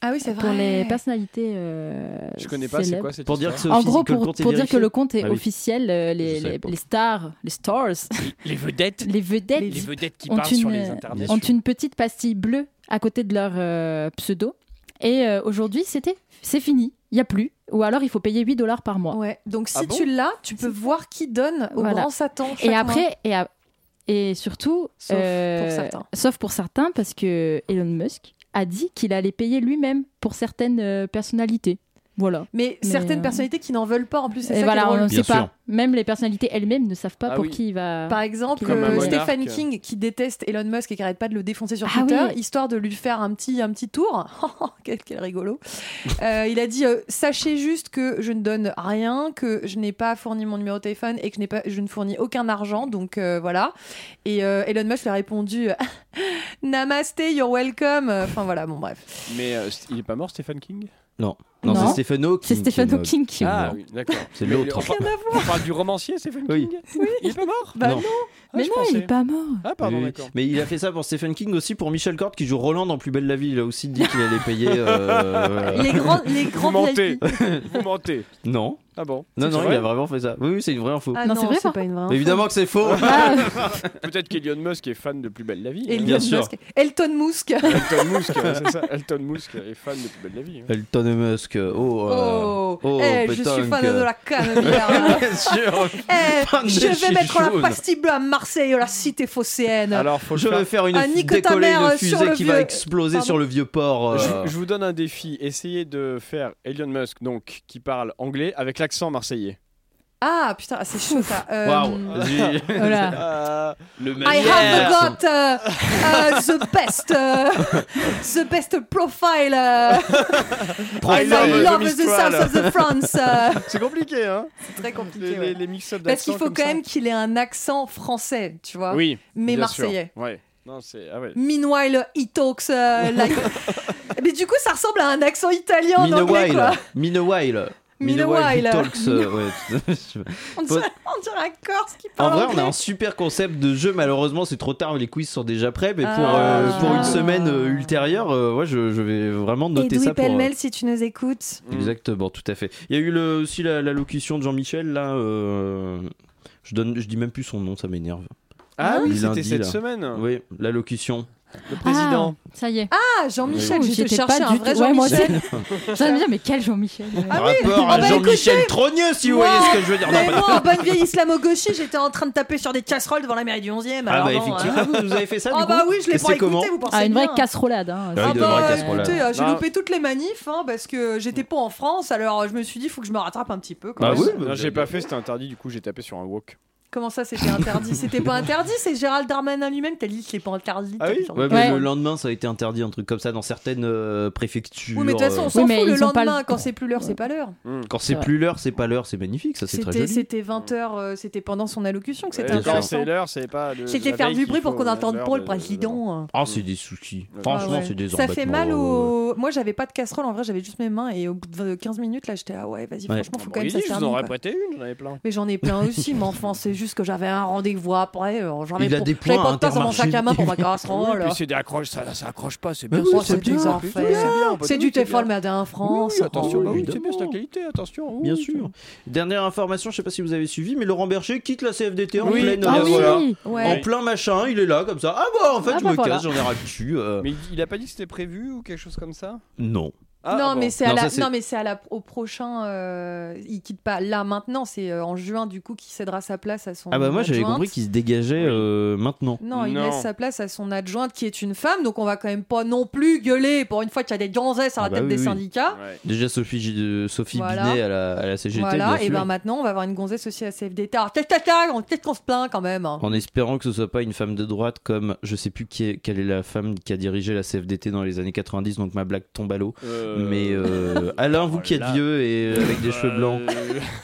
Speaker 8: Ah oui, c'est
Speaker 10: pour les personnalités. euh,
Speaker 9: Je connais pas, c'est
Speaker 10: célèbres.
Speaker 9: quoi cette
Speaker 1: Pour dire que
Speaker 9: histoire
Speaker 1: ce
Speaker 10: En gros,
Speaker 1: que le
Speaker 10: pour,
Speaker 1: compte est
Speaker 10: pour dire que
Speaker 1: vérifié
Speaker 10: le compte est
Speaker 1: Ah oui.
Speaker 10: officiel, euh, les,
Speaker 1: Je savais
Speaker 10: les-
Speaker 1: pas.
Speaker 10: les stars, les stars,
Speaker 9: Les vedettes.
Speaker 10: les vedettes
Speaker 8: Les
Speaker 9: vedettes qui
Speaker 10: ont une, euh,
Speaker 9: internets.
Speaker 10: ont une petite pastille bleue à côté de leur euh, pseudo. Et euh, aujourd'hui, c'était, c'est fini, il n'y a plus. Ou alors, il faut payer 8 dollars par mois.
Speaker 8: Ouais, donc si
Speaker 9: Ah bon
Speaker 8: tu l'as, tu peux voir qui donne au
Speaker 10: Voilà.
Speaker 8: grand Satan. chaque
Speaker 10: et
Speaker 8: mois.
Speaker 10: après, et, à- et surtout,
Speaker 8: Sauf
Speaker 10: euh,
Speaker 8: pour certains.
Speaker 10: sauf pour certains, parce que Elon Musk a dit qu'il allait payer lui-même pour certaines euh, personnalités. Voilà.
Speaker 8: Mais,
Speaker 10: Mais,
Speaker 8: certaines
Speaker 10: euh,
Speaker 8: personnalités qui n'en veulent pas, en plus, c'est
Speaker 10: Et
Speaker 8: ça
Speaker 10: voilà,
Speaker 8: qui est
Speaker 10: on
Speaker 8: drôle.
Speaker 10: ne
Speaker 1: Bien
Speaker 10: sait
Speaker 1: sûr.
Speaker 10: pas. Même les personnalités elles-mêmes ne savent pas
Speaker 9: Ah
Speaker 10: pour
Speaker 9: oui.
Speaker 10: Hein. qui il va.
Speaker 8: Par exemple,
Speaker 10: Comme un
Speaker 8: euh,
Speaker 10: monarque.
Speaker 8: Stephen King qui déteste Elon Musk et qui arrête pas de le défoncer sur
Speaker 10: Ah
Speaker 8: Twitter,
Speaker 10: oui.
Speaker 8: histoire de lui faire un petit, un petit tour. quel, quel rigolo. Euh, il a dit euh, Sachez juste que je ne donne rien, que je n'ai pas fourni mon numéro de téléphone et que je, n'ai pas, je ne fournis aucun argent. Donc euh, voilà. Et euh, Elon Musk lui a répondu Namaste, you're welcome. Enfin voilà, bon bref.
Speaker 9: Mais euh, il est pas mort, Stephen King
Speaker 1: Non,
Speaker 10: Non.
Speaker 1: c'est Stephen Hawking.
Speaker 10: C'est Stephen
Speaker 1: qui est
Speaker 10: Hawking qui.
Speaker 1: Ah,
Speaker 9: Ah
Speaker 1: mort.
Speaker 9: oui, d'accord.
Speaker 1: C'est
Speaker 9: Mais
Speaker 1: l'autre.
Speaker 9: On, parle-
Speaker 8: Rien à
Speaker 9: on parle du romancier Stephen
Speaker 1: Oui.
Speaker 9: King Il est pas mort Ah,
Speaker 8: Bah
Speaker 1: Non.
Speaker 8: non,
Speaker 10: Mais
Speaker 9: je
Speaker 10: non, il
Speaker 9: pensais.
Speaker 10: est pas mort.
Speaker 9: Ah pardon,
Speaker 1: Oui, oui.
Speaker 9: d'accord.
Speaker 1: Mais il a fait ça pour Stephen King aussi, pour Michel Corde qui joue Roland dans Plus belle la vie. Il a aussi dit qu'il allait payer. euh,
Speaker 8: les grands, les
Speaker 9: Vous
Speaker 8: grands
Speaker 9: mentez,
Speaker 8: VIP.
Speaker 9: vous mentez.
Speaker 1: Non,
Speaker 9: Ah bon
Speaker 1: non,
Speaker 9: C'est
Speaker 1: non, il
Speaker 9: vrai
Speaker 1: a vraiment fait ça. Oui, oui, c'est une vraie info.
Speaker 8: Ah
Speaker 10: Non, c'est vrai, hein. par
Speaker 8: pas une vraie.
Speaker 1: Mais Évidemment que c'est faux.
Speaker 10: Ah,
Speaker 9: Peut-être qu'Elion Musk est fan de Plus Belle la Vie.
Speaker 8: Et
Speaker 9: hein.
Speaker 1: Bien
Speaker 8: Elon
Speaker 1: sûr.
Speaker 8: Musk. Elton Musk.
Speaker 9: Elton Musk, ouais, c'est ça. Elton Musk est fan de Plus Belle la Vie. hein.
Speaker 1: Elton Musk. pétanque. Oh,
Speaker 8: Oh,
Speaker 1: euh, oh,
Speaker 8: Eh, je suis
Speaker 1: pétanque.
Speaker 8: fan de la canne, bière.
Speaker 1: Bien sûr.
Speaker 8: Eh, je vais
Speaker 1: Chichou.
Speaker 8: mettre la pastille bleue à Marseille, à la cité phocéenne.
Speaker 9: Alors, faut le
Speaker 1: Je
Speaker 9: faire.
Speaker 1: vais faire une
Speaker 10: Ah,
Speaker 8: Un
Speaker 1: fu-
Speaker 8: nique ta
Speaker 1: décoller
Speaker 8: mère,
Speaker 1: une
Speaker 8: euh, sur
Speaker 1: fusée
Speaker 8: le
Speaker 1: qui va
Speaker 8: vieux-
Speaker 1: exploser
Speaker 8: Pardon.
Speaker 1: sur le vieux port. euh,
Speaker 9: Je, je vous donne un défi. Essayez de faire Elon Musk, donc, qui parle anglais, avec l'accent marseillais.
Speaker 8: Ah putain, ah, c'est chaud ça. Euh,
Speaker 1: Waouh. Vas-y.
Speaker 10: Voilà.
Speaker 9: Euh,
Speaker 8: Ah.
Speaker 1: Le même
Speaker 8: I
Speaker 1: air.
Speaker 8: have got uh, uh, the best, uh, the best profile. uh,
Speaker 1: euh,
Speaker 8: and I
Speaker 9: love
Speaker 8: love
Speaker 9: the
Speaker 8: the
Speaker 9: Mistral.
Speaker 8: south of the France. uh.
Speaker 9: c'est compliqué, hein
Speaker 8: C'est très compliqué.
Speaker 9: Les,
Speaker 8: ouais.
Speaker 9: les, les mix-ups
Speaker 8: Parce qu'il
Speaker 9: d'accents
Speaker 8: faut
Speaker 9: comme
Speaker 8: quand
Speaker 9: ça.
Speaker 8: même qu'il ait un accent français, tu vois.
Speaker 9: Oui.
Speaker 8: mais
Speaker 9: bien sûr.
Speaker 8: marseillais.
Speaker 9: Ouais. Non, c'est. Ah ouais.
Speaker 8: Meanwhile, he talks euh, like. Mais du coup, ça ressemble à un accent italien en anglais, quoi.
Speaker 1: Minowile. Minowile. Minowile.
Speaker 8: Minowile.
Speaker 1: he talks, euh, ouais.
Speaker 8: On dirait, on dirait un Corse qui
Speaker 1: En
Speaker 8: parle
Speaker 1: vrai, on
Speaker 8: anglais.
Speaker 1: a un super concept de jeu. Malheureusement, c'est trop tard. Les quiz sont déjà prêts. Mais pour,
Speaker 8: Ah.
Speaker 1: euh, pour une semaine euh, ultérieure, euh, ouais, je, je vais vraiment noter
Speaker 8: Edoui
Speaker 1: ça pour. euh,
Speaker 8: Pellemel, si tu nous écoutes.
Speaker 1: Exactement, tout à fait. Il y a eu le- aussi la, la locution de Jean-Michel là. euh, Je donne, je dis même plus son nom, ça m'énerve.
Speaker 9: Ah oui,
Speaker 1: Les
Speaker 9: c'était
Speaker 1: lundis,
Speaker 9: cette
Speaker 1: là.
Speaker 9: semaine.
Speaker 1: Oui, la locution.
Speaker 9: Le président.
Speaker 10: Ah, ça y est.
Speaker 8: Ah, Jean-Michel,
Speaker 10: Oui.
Speaker 8: je
Speaker 10: J'étais
Speaker 8: te cherchais
Speaker 10: pas
Speaker 8: un
Speaker 10: du
Speaker 8: vrai
Speaker 10: tout- ouais, moi aussi.
Speaker 8: Jean-Michel.
Speaker 10: J'allais me dire, mais quel Jean-Michel euh.
Speaker 8: Ah oui,
Speaker 1: Rapport
Speaker 8: ah
Speaker 1: à
Speaker 8: bah
Speaker 1: Jean-Michel Trogneux, si vous
Speaker 8: Ouais, Bah,
Speaker 1: voyez ce que je veux dire. Non,
Speaker 8: Mais
Speaker 1: pas-
Speaker 8: moi, en bonne vieille islamo-gauchie, j'étais en train de taper sur des casseroles devant la mairie du 11e.
Speaker 1: Ah
Speaker 8: alors
Speaker 1: bah
Speaker 8: non,
Speaker 1: effectivement,
Speaker 8: hein.
Speaker 1: vous, vous avez fait ça du
Speaker 8: Ah
Speaker 1: coup.
Speaker 8: bah oui, je
Speaker 1: Et
Speaker 8: l'ai
Speaker 1: c'est
Speaker 8: pas
Speaker 1: comment
Speaker 8: écouté, vous pensez
Speaker 10: Ah, une vraie
Speaker 8: bien.
Speaker 10: casserolade. hein.
Speaker 1: Ah,
Speaker 8: Ah
Speaker 1: de vraie
Speaker 8: bah
Speaker 1: casserole.
Speaker 8: écoutez, euh, j'ai
Speaker 9: Non.
Speaker 8: loupé toutes les manifs hein, parce que j'étais pas en France, alors euh, je me suis dit faut que je me rattrape un petit peu. Quand
Speaker 1: Bah
Speaker 8: même.
Speaker 1: oui,
Speaker 9: Non,
Speaker 1: bah,
Speaker 9: j'ai pas fait, c'était interdit, du coup j'ai tapé sur un wok.
Speaker 8: Comment ça c'était interdit C'était pas interdit, c'est Gérald Darmanin lui-même qui a dit que c'est pas interdit.
Speaker 9: Ah oui
Speaker 8: Genre-
Speaker 1: Ouais, mais
Speaker 10: Ouais.
Speaker 1: le lendemain, ça a été interdit, un truc comme ça, dans certaines euh, préfectures.
Speaker 8: Oui, mais de toute façon, on
Speaker 1: euh,
Speaker 8: s'en
Speaker 10: Oui, mais
Speaker 8: fout le
Speaker 10: ils ont pas le
Speaker 8: lendemain, quand
Speaker 10: droit.
Speaker 8: c'est plus l'heure, c'est pas l'heure.
Speaker 1: quand c'est
Speaker 10: Ouais.
Speaker 1: plus l'heure, c'est pas l'heure, c'est magnifique, ça c'est très
Speaker 8: C'était
Speaker 1: joli.
Speaker 8: c'était 20h, euh, c'était pendant son allocution que c'était
Speaker 9: Ouais, quand
Speaker 8: intéressant.
Speaker 9: c'est l'heure, c'est pas. le-
Speaker 8: C'était
Speaker 9: la
Speaker 8: faire
Speaker 9: veille
Speaker 8: du
Speaker 9: qu'il
Speaker 8: bruit pour
Speaker 9: faut,
Speaker 8: qu'on
Speaker 9: euh,
Speaker 8: entende
Speaker 9: l'heure
Speaker 8: pas le
Speaker 9: de-
Speaker 8: président. hein.
Speaker 1: Ah, c'est des soucis.
Speaker 9: Ouais.
Speaker 1: Franchement,
Speaker 8: Ah ouais.
Speaker 1: c'est des
Speaker 8: Ça fait
Speaker 1: embêtements,
Speaker 8: mal
Speaker 1: ouais, ouais, ouais.
Speaker 8: au. Moi, j'avais pas de casserole en vrai, j'avais juste mes mains et au bout de 15 minutes, là, j'étais là, ouais, vas-y,
Speaker 1: Ouais.
Speaker 8: franchement, faut
Speaker 9: Bon,
Speaker 8: quand même
Speaker 9: il
Speaker 8: ça
Speaker 9: dit, je vous en
Speaker 8: termine,
Speaker 9: aurais
Speaker 8: quoi.
Speaker 9: prêté une, j'en avais plein.
Speaker 8: Mais j'en ai plein aussi, mais enfin, c'est juste que j'avais un rendez-vous après. alors J'en avais
Speaker 1: Il a
Speaker 8: pour-
Speaker 1: des
Speaker 8: j'avais
Speaker 1: points
Speaker 8: pas de place dans mon
Speaker 1: Intermarché.
Speaker 8: sac à main pour ma
Speaker 9: Oui,
Speaker 8: casserole.
Speaker 9: puis c'est des accroches, ça, ça accroche pas, c'est
Speaker 1: Mais
Speaker 9: bien.
Speaker 1: oui,
Speaker 9: ça,
Speaker 8: Oh, c'est
Speaker 1: bien,
Speaker 8: des
Speaker 1: c'est
Speaker 8: enfers.
Speaker 1: bien,
Speaker 9: bien,
Speaker 8: C'est du Tefal, mais à en France.
Speaker 9: Oui, attention,
Speaker 1: Oh,
Speaker 9: bah oui, c'est
Speaker 1: évidemment.
Speaker 9: bien, c'est la qualité, attention. oui,
Speaker 1: euh, Bien
Speaker 9: c'est-
Speaker 1: sûr. Dernière information, je sais pas si vous avez suivi, mais Laurent Berger quitte la CFDT en
Speaker 9: Oui.
Speaker 1: pleine.
Speaker 10: Ah
Speaker 1: euh,
Speaker 10: oui
Speaker 1: voilà.
Speaker 8: Ouais.
Speaker 1: En plein machin, il est là comme ça. Ah bah en fait,
Speaker 10: Ah
Speaker 1: je
Speaker 10: bah
Speaker 1: me
Speaker 10: voilà.
Speaker 1: casse, j'en ai ras le cul. euh,
Speaker 9: Mais il- il a pas dit que c'était prévu ou quelque chose comme ça
Speaker 1: Non.
Speaker 9: Ah,
Speaker 8: non,
Speaker 9: ah bon.
Speaker 8: mais c'est à
Speaker 1: Non,
Speaker 8: la-
Speaker 1: ça, c'est-
Speaker 8: non, mais c'est à la- au prochain. euh, il quitte pas là maintenant, c'est euh, en juin du coup qu'il cédera sa place à son.
Speaker 1: Ah bah moi j'avais
Speaker 8: adjointe.
Speaker 1: compris qu'il se dégageait
Speaker 9: Oui.
Speaker 1: euh, maintenant.
Speaker 8: Non, il
Speaker 9: Non.
Speaker 8: laisse sa place à son adjointe qui est une femme, donc on va quand même pas non plus gueuler pour une fois qu'il y a des gonzesses à la
Speaker 1: Ah bah
Speaker 8: tête
Speaker 1: oui,
Speaker 8: des
Speaker 1: oui.
Speaker 8: syndicats.
Speaker 9: Ouais.
Speaker 1: Déjà Sophie, G- euh, Sophie
Speaker 8: Voilà.
Speaker 1: Binet à la, à la CGT.
Speaker 8: Voilà,
Speaker 1: bien
Speaker 8: et
Speaker 1: sûr.
Speaker 8: ben maintenant on va avoir une gonzesse aussi à CFDT. Alors, tac, tac, tac, on- peut-être qu'on se plaint quand même. hein.
Speaker 1: En espérant que ce soit pas une femme de droite comme je sais plus qui est- quelle est la femme qui a dirigé la CFDT dans les années 90, donc ma blague tombe à l'eau.
Speaker 9: Euh, Oh
Speaker 1: Mais euh, Alain, vous qui êtes
Speaker 9: voilà.
Speaker 1: vieux et euh, avec des cheveux blancs,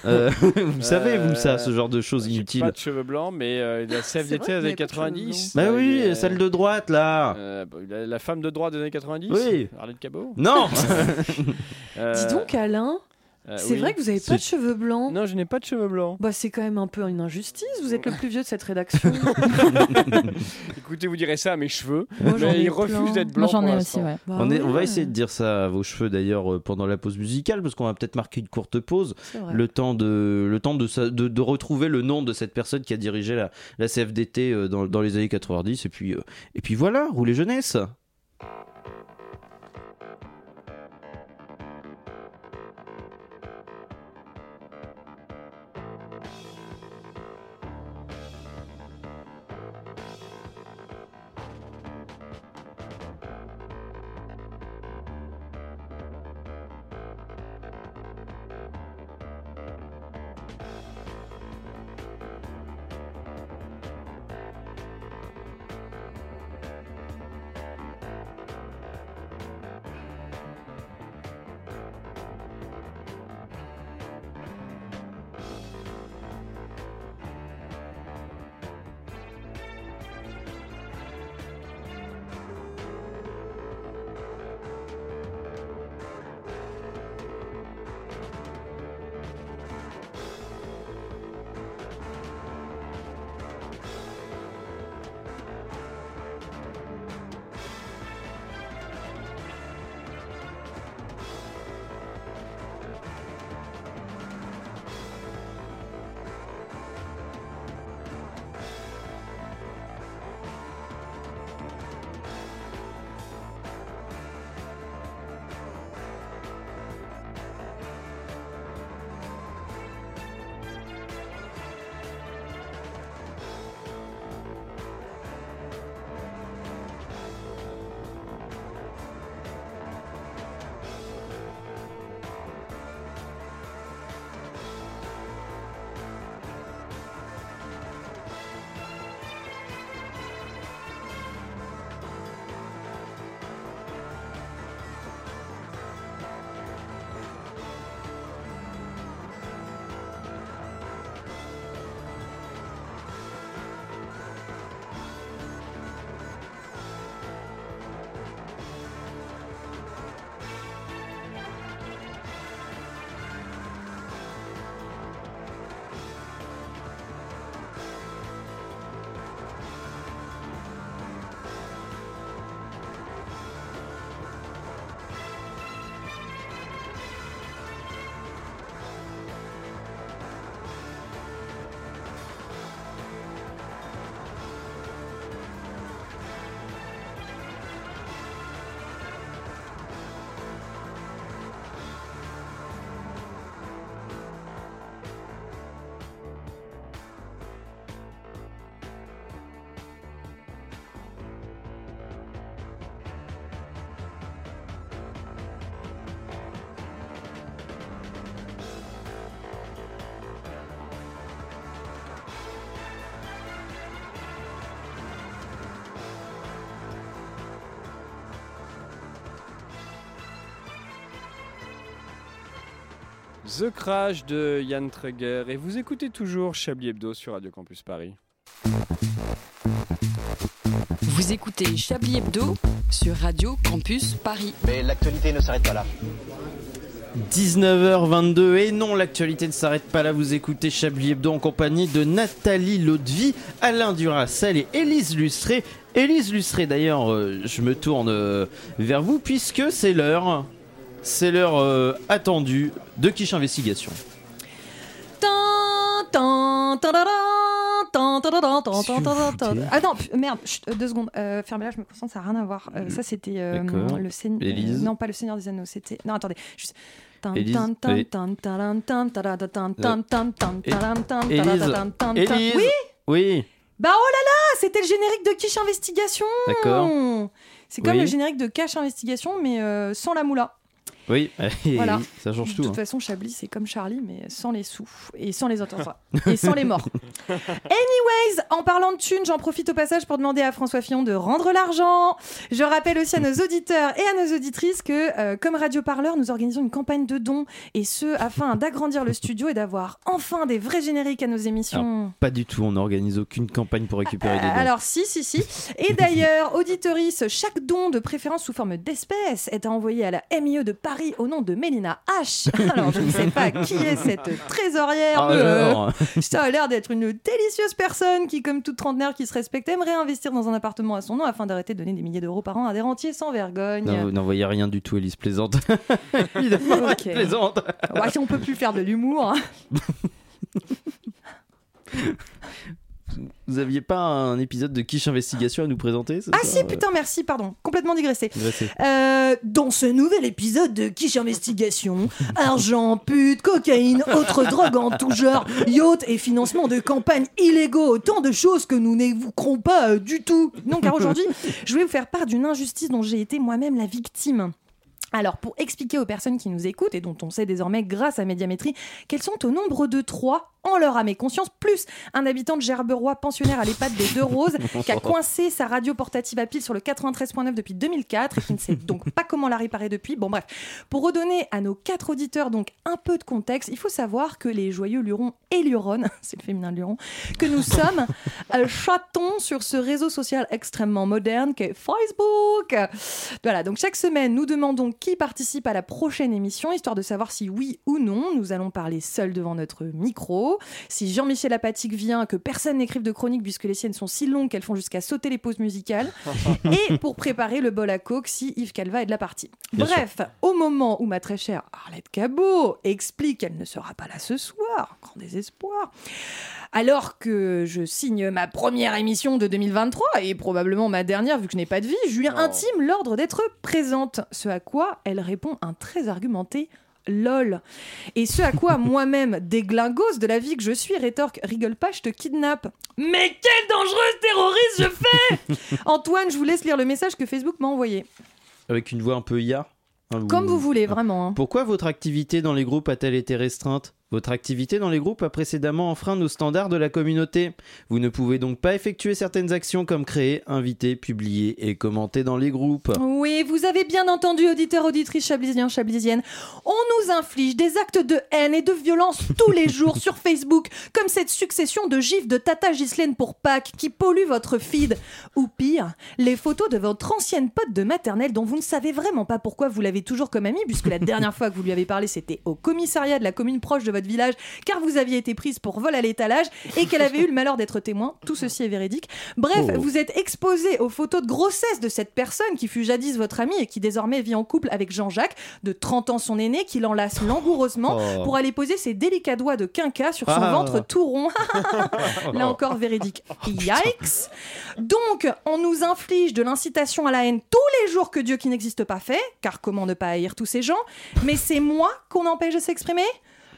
Speaker 9: Euh,
Speaker 1: euh, vous savez, vous,
Speaker 9: Euh,
Speaker 1: ça, ce genre de choses
Speaker 9: j'ai
Speaker 1: inutiles.
Speaker 9: Pas de cheveux blancs, mais euh, la
Speaker 8: vrai
Speaker 9: CFDT des
Speaker 8: que
Speaker 9: années
Speaker 8: vous n'avez pas de cheveux
Speaker 9: 90.
Speaker 1: Bah
Speaker 9: euh,
Speaker 1: oui,
Speaker 9: il y a-
Speaker 1: celle de droite là.
Speaker 9: Euh, bah, la, la femme de droit des années 90
Speaker 1: Ah. Oui.
Speaker 9: Arlette Cabot
Speaker 1: Non.
Speaker 9: Euh,
Speaker 8: Dis donc, Alain,
Speaker 9: euh,
Speaker 8: c'est
Speaker 9: oui.
Speaker 8: vrai que vous avez
Speaker 1: C'est-
Speaker 8: pas de cheveux blancs.
Speaker 9: Non, je n'ai pas de cheveux blancs.
Speaker 8: Bah, c'est quand même un peu une injustice. Vous êtes le plus vieux de cette rédaction.
Speaker 9: Écoutez, vous direz ça à mes cheveux.
Speaker 8: Moi, j'en
Speaker 9: mais
Speaker 8: ai
Speaker 9: ils refusent
Speaker 8: plein.
Speaker 9: d'être
Speaker 10: Moi
Speaker 9: blancs.
Speaker 10: j'en
Speaker 9: pour
Speaker 10: ai aussi,
Speaker 9: l'instant.
Speaker 10: ouais.
Speaker 8: Bah
Speaker 1: on, est-
Speaker 8: ouais,
Speaker 1: on va essayer de dire ça à vos cheveux d'ailleurs euh, pendant la pause musicale parce qu'on va peut-être marquer une courte pause,
Speaker 8: c'est vrai.
Speaker 1: le temps de le temps de, sa- de, de retrouver le nom de cette personne qui a dirigé la, la CFDT euh, dans, dans les années 90 et puis euh, et puis voilà, roulez jeunesse.
Speaker 2: Thank
Speaker 9: The Crash de Yann Traeger. Et vous écoutez toujours Chablis Hebdo sur Radio Campus Paris.
Speaker 12: Vous écoutez Chablis Hebdo sur Radio Campus Paris.
Speaker 4: Mais l'actualité ne s'arrête pas là.
Speaker 1: 19h22 et non l'actualité ne s'arrête pas là vous écoutez Chablis Hebdo en compagnie de Nathalie Lodevie, Alain Duracel et Élise Lustré. Élise Lustré d'ailleurs euh, je me tourne euh, vers vous puisque c'est l'heure c'est l'heure euh, attendue de Quiche Investigation.
Speaker 8: Tan, tan, tadadam, tan, tadadam, tan, tan, tadadam, tan. Ah non, p- merde, chut, euh, deux secondes. Euh, fermez-la, je me concentre, ça n'a rien à voir. Euh, ça, c'était euh,
Speaker 1: D'accord.
Speaker 8: le Seigneur.
Speaker 1: Élise.
Speaker 8: Non, pas le Seigneur des Anneaux, c'était. Non, attendez, juste. Tan,
Speaker 1: Élise,
Speaker 8: tan, tan,
Speaker 1: oui.
Speaker 8: tan, taran, tan, tarada, tan, tan, tan, tan,
Speaker 1: É-
Speaker 8: taran, tan,
Speaker 1: Élise.
Speaker 8: tarada, tan, tan, tan.
Speaker 1: Élise
Speaker 8: Oui
Speaker 1: Oui
Speaker 8: Bah oh là là, c'était le générique de Quiche Investigation
Speaker 1: D'accord.
Speaker 8: Mmh. C'est comme
Speaker 1: Oui.
Speaker 8: le générique de Cache Investigation, mais euh, sans la moula.
Speaker 1: Oui,
Speaker 8: Voilà.
Speaker 1: ça change
Speaker 8: De
Speaker 1: tout. hein.
Speaker 8: toute façon, Chablis, c'est comme Charlie, mais sans les sous et sans les entendants et sans les morts. Anyways, en parlant de thunes, j'en profite au passage pour demander à François Fillon de rendre l'argent. Je rappelle aussi à nos auditeurs et à nos auditrices que, euh, comme Radio Parleur, nous organisons une campagne de dons et ce afin d'agrandir le studio et d'avoir enfin des vrais génériques à nos émissions.
Speaker 1: Pas du tout, on n'organise aucune campagne pour récupérer des dons.
Speaker 8: Euh, Alors si, si, si. Et d'ailleurs, auditoris, chaque don de préférence sous forme d'espèce est à envoyer à la MIE de Paris au nom de Mélina H. Alors je ne sais pas qui est cette trésorière.
Speaker 1: Ah,
Speaker 8: mais, euh,
Speaker 1: alors,
Speaker 8: ça a l'air d'être une délicieuse personne qui, comme toute trentenaire qui se respecte, aimerait investir dans un appartement à son nom afin d'arrêter de donner des milliers d'euros par an à des rentiers sans vergogne.
Speaker 1: non, vous n'envoyez rien du tout, Élise plaisante. Ah,
Speaker 8: Ok.
Speaker 1: plaisante.
Speaker 8: Ouais, si on peut plus faire de l'humour.
Speaker 1: Vous aviez pas un épisode de Quiche Investigation à nous présenter euh,
Speaker 8: Ah si, putain, merci, pardon. Complètement digressé.
Speaker 1: putain
Speaker 8: Euh, dans ce nouvel épisode de Quiche Investigation, argent, pute, cocaïne, autres drogues en tout genre, yacht et financement de campagnes illégaux, autant de choses que nous n'évoquerons pas euh, du tout. Non, car aujourd'hui, je voulais vous faire part d'une injustice dont j'ai été moi-même la victime. Alors, pour expliquer aux personnes qui nous écoutent et dont on sait désormais grâce à Médiamétrie qu'elles sont au nombre de trois en leur âme et conscience, plus un habitant de Gerberoy pensionnaire à l'EHPAD des Deux Roses qui a coincé sa radio portative à pile sur le 93.9 depuis 2004 et qui ne sait donc pas comment la réparer depuis. Bon, bref. Pour redonner à nos quatre auditeurs donc un peu de contexte, il faut savoir que les joyeux lurons et luronnes, c'est le féminin de luron, que nous sommes euh, chatons sur ce réseau social extrêmement moderne qu'est Facebook. Voilà, donc chaque semaine, nous demandons qui participe à la prochaine émission, histoire de savoir si oui ou non, nous allons parler seul devant notre micro. Si Jean-Michel Apathique vient, que personne n'écrive de chronique puisque les siennes sont si longues qu'elles font jusqu'à sauter les pauses musicales. et pour préparer le bol à coke si Yves Calva est de la partie.
Speaker 1: Bien
Speaker 8: Bref, au moment où ma très chère Arlette Cabot explique qu'elle ne sera pas là ce soir, grand désespoir, alors que je signe ma première émission de 2023 et probablement ma dernière vu que je n'ai pas de vie, je lui
Speaker 9: Oh.
Speaker 8: intime l'ordre d'être présente. Ce à quoi elle répond un très argumenté LOL. Et ce à quoi moi-même, déglingos de la vie que je suis, rétorque Rigole pas, je te kidnappe. Mais quelle dangereuse terroriste je fais Antoine, je vous laisse lire le message que Facebook m'a envoyé.
Speaker 1: Avec une voix un peu IA. hein,
Speaker 8: Comme vous voulez, vraiment. hein.
Speaker 1: Pourquoi votre activité dans les groupes a-t-elle été restreinte Votre activité dans les groupes a précédemment enfreint nos standards de la communauté. Vous ne pouvez donc pas effectuer certaines actions comme créer, inviter, publier et commenter dans les groupes.
Speaker 8: Oui, vous avez bien entendu, auditeurs, auditrices, chablisien, chablisienne. On nous inflige des actes de haine et de violence tous les jours sur Facebook, comme cette succession de gifs de Tata Ghislaine pour Pâques qui pollue votre feed. Ou pire, les photos de votre ancienne pote de maternelle dont vous ne savez vraiment pas pourquoi vous l'avez toujours comme amie, puisque la dernière fois que vous lui avez parlé, c'était au commissariat de la commune proche de votre village, car vous aviez été prise pour vol à l'étalage et qu'elle avait eu le malheur d'être témoin. Tout ceci est véridique. Bref,
Speaker 1: Oh.
Speaker 8: vous êtes exposé aux photos de grossesse de cette personne qui fut jadis votre amie et qui désormais vit en couple avec Jean-Jacques, de 30 ans son aîné, qui l'enlace langoureusement
Speaker 1: Oh.
Speaker 8: pour aller poser ses délicats doigts de quinca sur son
Speaker 1: Ah. Oh,
Speaker 8: ventre tout rond. Là encore véridique. Yikes Donc, on nous inflige de l'incitation à la haine tous les jours que Dieu qui n'existe pas fait, car comment ne pas haïr tous ces gens Mais c'est moi qu'on empêche de s'exprimer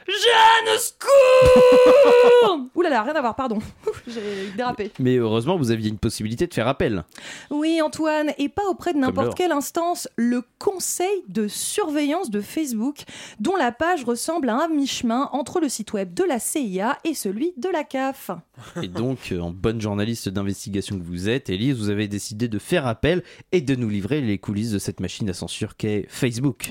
Speaker 8: Jeanne, au secours Ouh là là, rien à voir, pardon. J'ai dérapé.
Speaker 1: Mais heureusement, vous aviez une possibilité de faire appel.
Speaker 8: Oui, Antoine, et pas auprès de
Speaker 1: l'or.
Speaker 8: n'importe quelle instance, le conseil de surveillance de Facebook, dont la page ressemble à un mi-chemin entre le site web de la CIA et celui de la CAF.
Speaker 1: Et donc, euh, en bonne journaliste d'investigation que vous êtes, Elise, vous avez décidé de faire appel et de nous livrer les coulisses de cette machine à censure qu'est Facebook.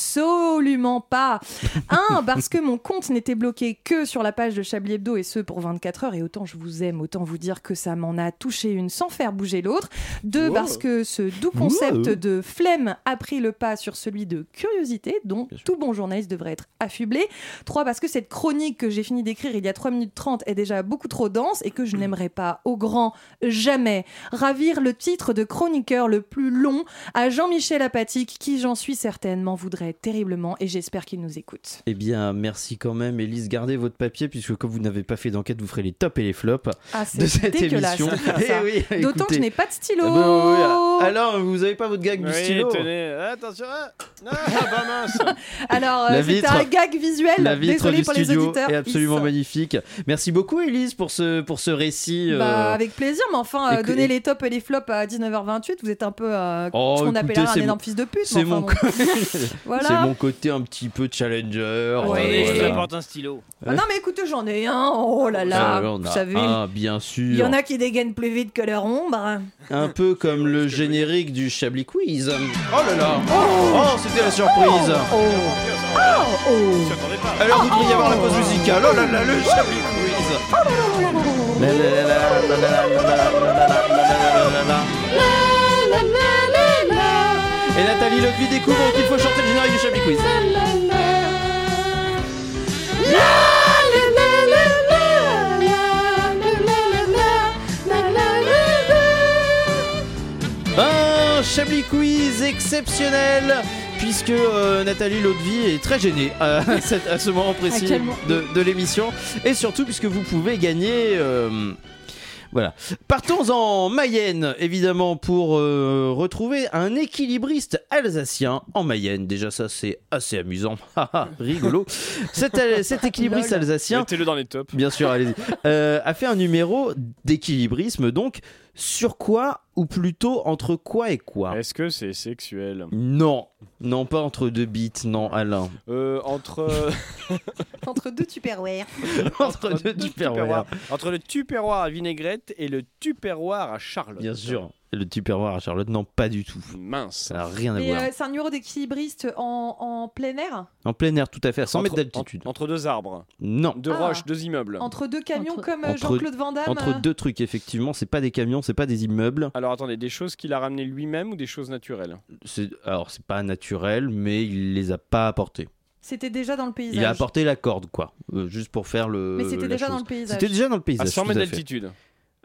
Speaker 8: Absolument pas. Un, parce que mon compte n'était bloqué que sur la page de Chablis Hebdo et ce pour 24 heures. Et autant je vous aime, autant vous dire que ça m'en a touché une sans faire bouger l'autre. Deux, parce que ce doux concept
Speaker 1: Wow.
Speaker 8: de flemme a pris le pas sur celui de curiosité, dont tout bon journaliste devrait être affublé. Trois, parce que cette chronique que j'ai fini d'écrire il y a 3 minutes 30 est déjà beaucoup trop dense et que
Speaker 1: Mm.
Speaker 8: je n'aimerais pas au grand jamais ravir le titre de chroniqueur le plus long à Jean-Michel Apatique, qui, j'en suis certaine, m'en voudrait terriblement et j'espère qu'il nous écoute.
Speaker 1: Eh bien, merci quand même, Elise. Gardez votre papier, puisque comme vous n'avez pas fait d'enquête, vous ferez les tops et les flops
Speaker 8: Ah,
Speaker 1: de cette
Speaker 8: dégueulasse.
Speaker 1: émission.
Speaker 8: de faire ça.
Speaker 1: Eh oui,
Speaker 8: D'autant que je
Speaker 1: écoutez.
Speaker 8: n'ai pas de stylo.
Speaker 1: Ah bon, oui, Alors, vous n'avez pas votre gag du
Speaker 9: Oui,
Speaker 1: stylo
Speaker 9: tenez, attention. ah, ah, bah mince.
Speaker 8: Alors, euh,
Speaker 1: La
Speaker 8: c'était
Speaker 1: vitre.
Speaker 8: un gag visuel.
Speaker 1: La vitre
Speaker 8: Désolé
Speaker 1: du
Speaker 8: pour les
Speaker 1: studio
Speaker 8: auditeurs.
Speaker 1: est absolument
Speaker 8: Ils-
Speaker 1: magnifique. Merci beaucoup, Elise, pour ce, pour ce récit. euh,
Speaker 8: Bah, avec plaisir, mais enfin, euh,
Speaker 1: écou-
Speaker 8: donner les tops et les flops à 19h28, vous êtes un peu euh,
Speaker 1: Oh,
Speaker 8: ce qu'on
Speaker 1: écoutez,
Speaker 8: appellera un
Speaker 1: c'est
Speaker 8: énorme fils de pute.
Speaker 1: C'est
Speaker 8: mais enfin,
Speaker 1: mon,
Speaker 8: bon.
Speaker 1: co-
Speaker 8: Voilà.
Speaker 1: c'est mon côté un petit peu challenger.
Speaker 8: Oui.
Speaker 1: euh,
Speaker 8: Je
Speaker 1: voilà.
Speaker 9: un stylo.
Speaker 8: Ah non, mais écoutez, j'en ai un. Oh là là,
Speaker 1: Ah, on
Speaker 8: vous
Speaker 1: a
Speaker 8: savez.
Speaker 1: un, bien sûr.
Speaker 8: Il y en a qui dégainent plus vite que leur ombre. hein.
Speaker 1: Un peu comme le générique du Chablis Quiz. Oh là là Oh, c'était la surprise Alors vous devriez avoir la pause musicale. Oh là là, le Chablis Quiz La la la la la la la la la la la la la la la. Et Nathalie Levy découvre qu'il faut chanter le générique du Chablis Quiz. Un Chablis Quiz exceptionnel puisque euh, Nathalie Lodevie est très gênée à, cette- à ce moment précis
Speaker 10: quel moment
Speaker 1: de, de l'émission et surtout puisque vous pouvez gagner euh, voilà. Partons en Mayenne, évidemment, pour euh, retrouver un équilibriste alsacien en Mayenne. Déjà, ça, c'est assez amusant. Haha, rigolo. Cet, cet équilibriste alsacien
Speaker 9: Mettez-le dans les tops.
Speaker 1: Bien sûr, allez-y. Euh, a fait un numéro d'équilibrisme, donc sur quoi, ou plutôt entre quoi et quoi
Speaker 9: Est-ce que c'est sexuel
Speaker 1: Non, non, pas entre deux bits, non, Alain.
Speaker 9: euh, Entre
Speaker 8: Entre deux tupperwares.
Speaker 1: entre deux tupperwares.
Speaker 9: Entre le tupperware à vinaigrette et le tupperware à Charlotte.
Speaker 1: Bien sûr, le tupperware à Charlotte, non, pas du tout.
Speaker 9: Mince.
Speaker 1: Ça n'a rien à
Speaker 8: Et
Speaker 1: voir.
Speaker 8: euh, c'est un numéro d'équilibriste en, en plein air,
Speaker 1: En plein air, tout à fait, à 100
Speaker 9: Entre-
Speaker 1: mètres d'altitude.
Speaker 9: en- Entre deux arbres,
Speaker 1: Non.
Speaker 9: deux
Speaker 8: Ah.
Speaker 9: roches, deux immeubles.
Speaker 8: entre deux camions
Speaker 10: Entre-
Speaker 8: comme euh,
Speaker 1: entre-
Speaker 8: Jean-Claude Van Damme.
Speaker 1: Entre deux trucs, effectivement, c'est pas des camions, c'est pas des immeubles.
Speaker 9: Alors attendez, des choses qu'il a ramenées lui-même ou des choses naturelles
Speaker 1: C'est- Alors, c'est pas naturel, mais il les a pas apportés.
Speaker 8: euh, C'était déjà dans le paysage.
Speaker 1: Il a apporté la corde, quoi. Euh, juste pour faire le.
Speaker 8: Mais c'était
Speaker 1: la
Speaker 8: déjà
Speaker 1: chose.
Speaker 8: dans le paysage.
Speaker 1: C'était déjà dans le
Speaker 9: À
Speaker 1: paysage.
Speaker 9: 100
Speaker 1: tout
Speaker 9: mètres
Speaker 1: fait.
Speaker 9: Ah, d'altitude.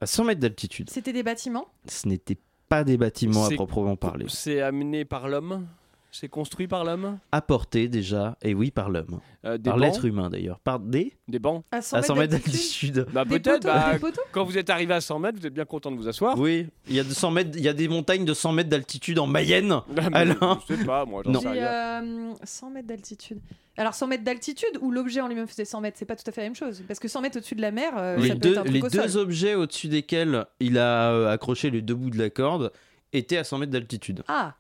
Speaker 1: À 100 mètres d'altitude.
Speaker 8: C'était des bâtiments.
Speaker 1: Ce n'était pas des bâtiments à
Speaker 9: C'est-
Speaker 1: proprement parler.
Speaker 9: C'est amené par l'homme C'est construit par l'homme
Speaker 1: Apportés déjà, et oui, par l'homme.
Speaker 9: Euh, Des
Speaker 1: Par
Speaker 9: bancs
Speaker 1: l'être humain d'ailleurs. Par des.
Speaker 9: Des bancs
Speaker 8: À
Speaker 1: À
Speaker 8: 100
Speaker 1: 100 mètres
Speaker 8: mètres d'altitude.
Speaker 1: d'altitude.
Speaker 9: Bah
Speaker 8: Des
Speaker 9: peut-être,
Speaker 8: poteaux,
Speaker 9: bah,
Speaker 8: des poteaux.
Speaker 9: quand vous êtes arrivé à 100 mètres, vous êtes bien content de vous asseoir.
Speaker 1: Oui, il y a 200 mètres, il y a des montagnes de 100 mètres d'altitude en Mayenne.
Speaker 9: Bah, mais
Speaker 1: Alain.
Speaker 9: Je sais pas, moi, j'en
Speaker 1: Non.
Speaker 9: sais
Speaker 8: J'ai,
Speaker 9: rien.
Speaker 8: euh, 100 mètres d'altitude. Alors 100 mètres d'altitude ou l'objet en lui-même faisait 100 mètres, c'est pas tout à fait la même chose. Parce que 100 mètres au-dessus de la mer, euh,
Speaker 1: les
Speaker 8: ça peut
Speaker 1: deux,
Speaker 8: être un truc
Speaker 1: les
Speaker 8: au
Speaker 1: deux
Speaker 8: sol.
Speaker 1: objets au-dessus desquels il a euh, accroché les deux bouts de la corde étaient à 100 mètres d'altitude.
Speaker 8: Ah,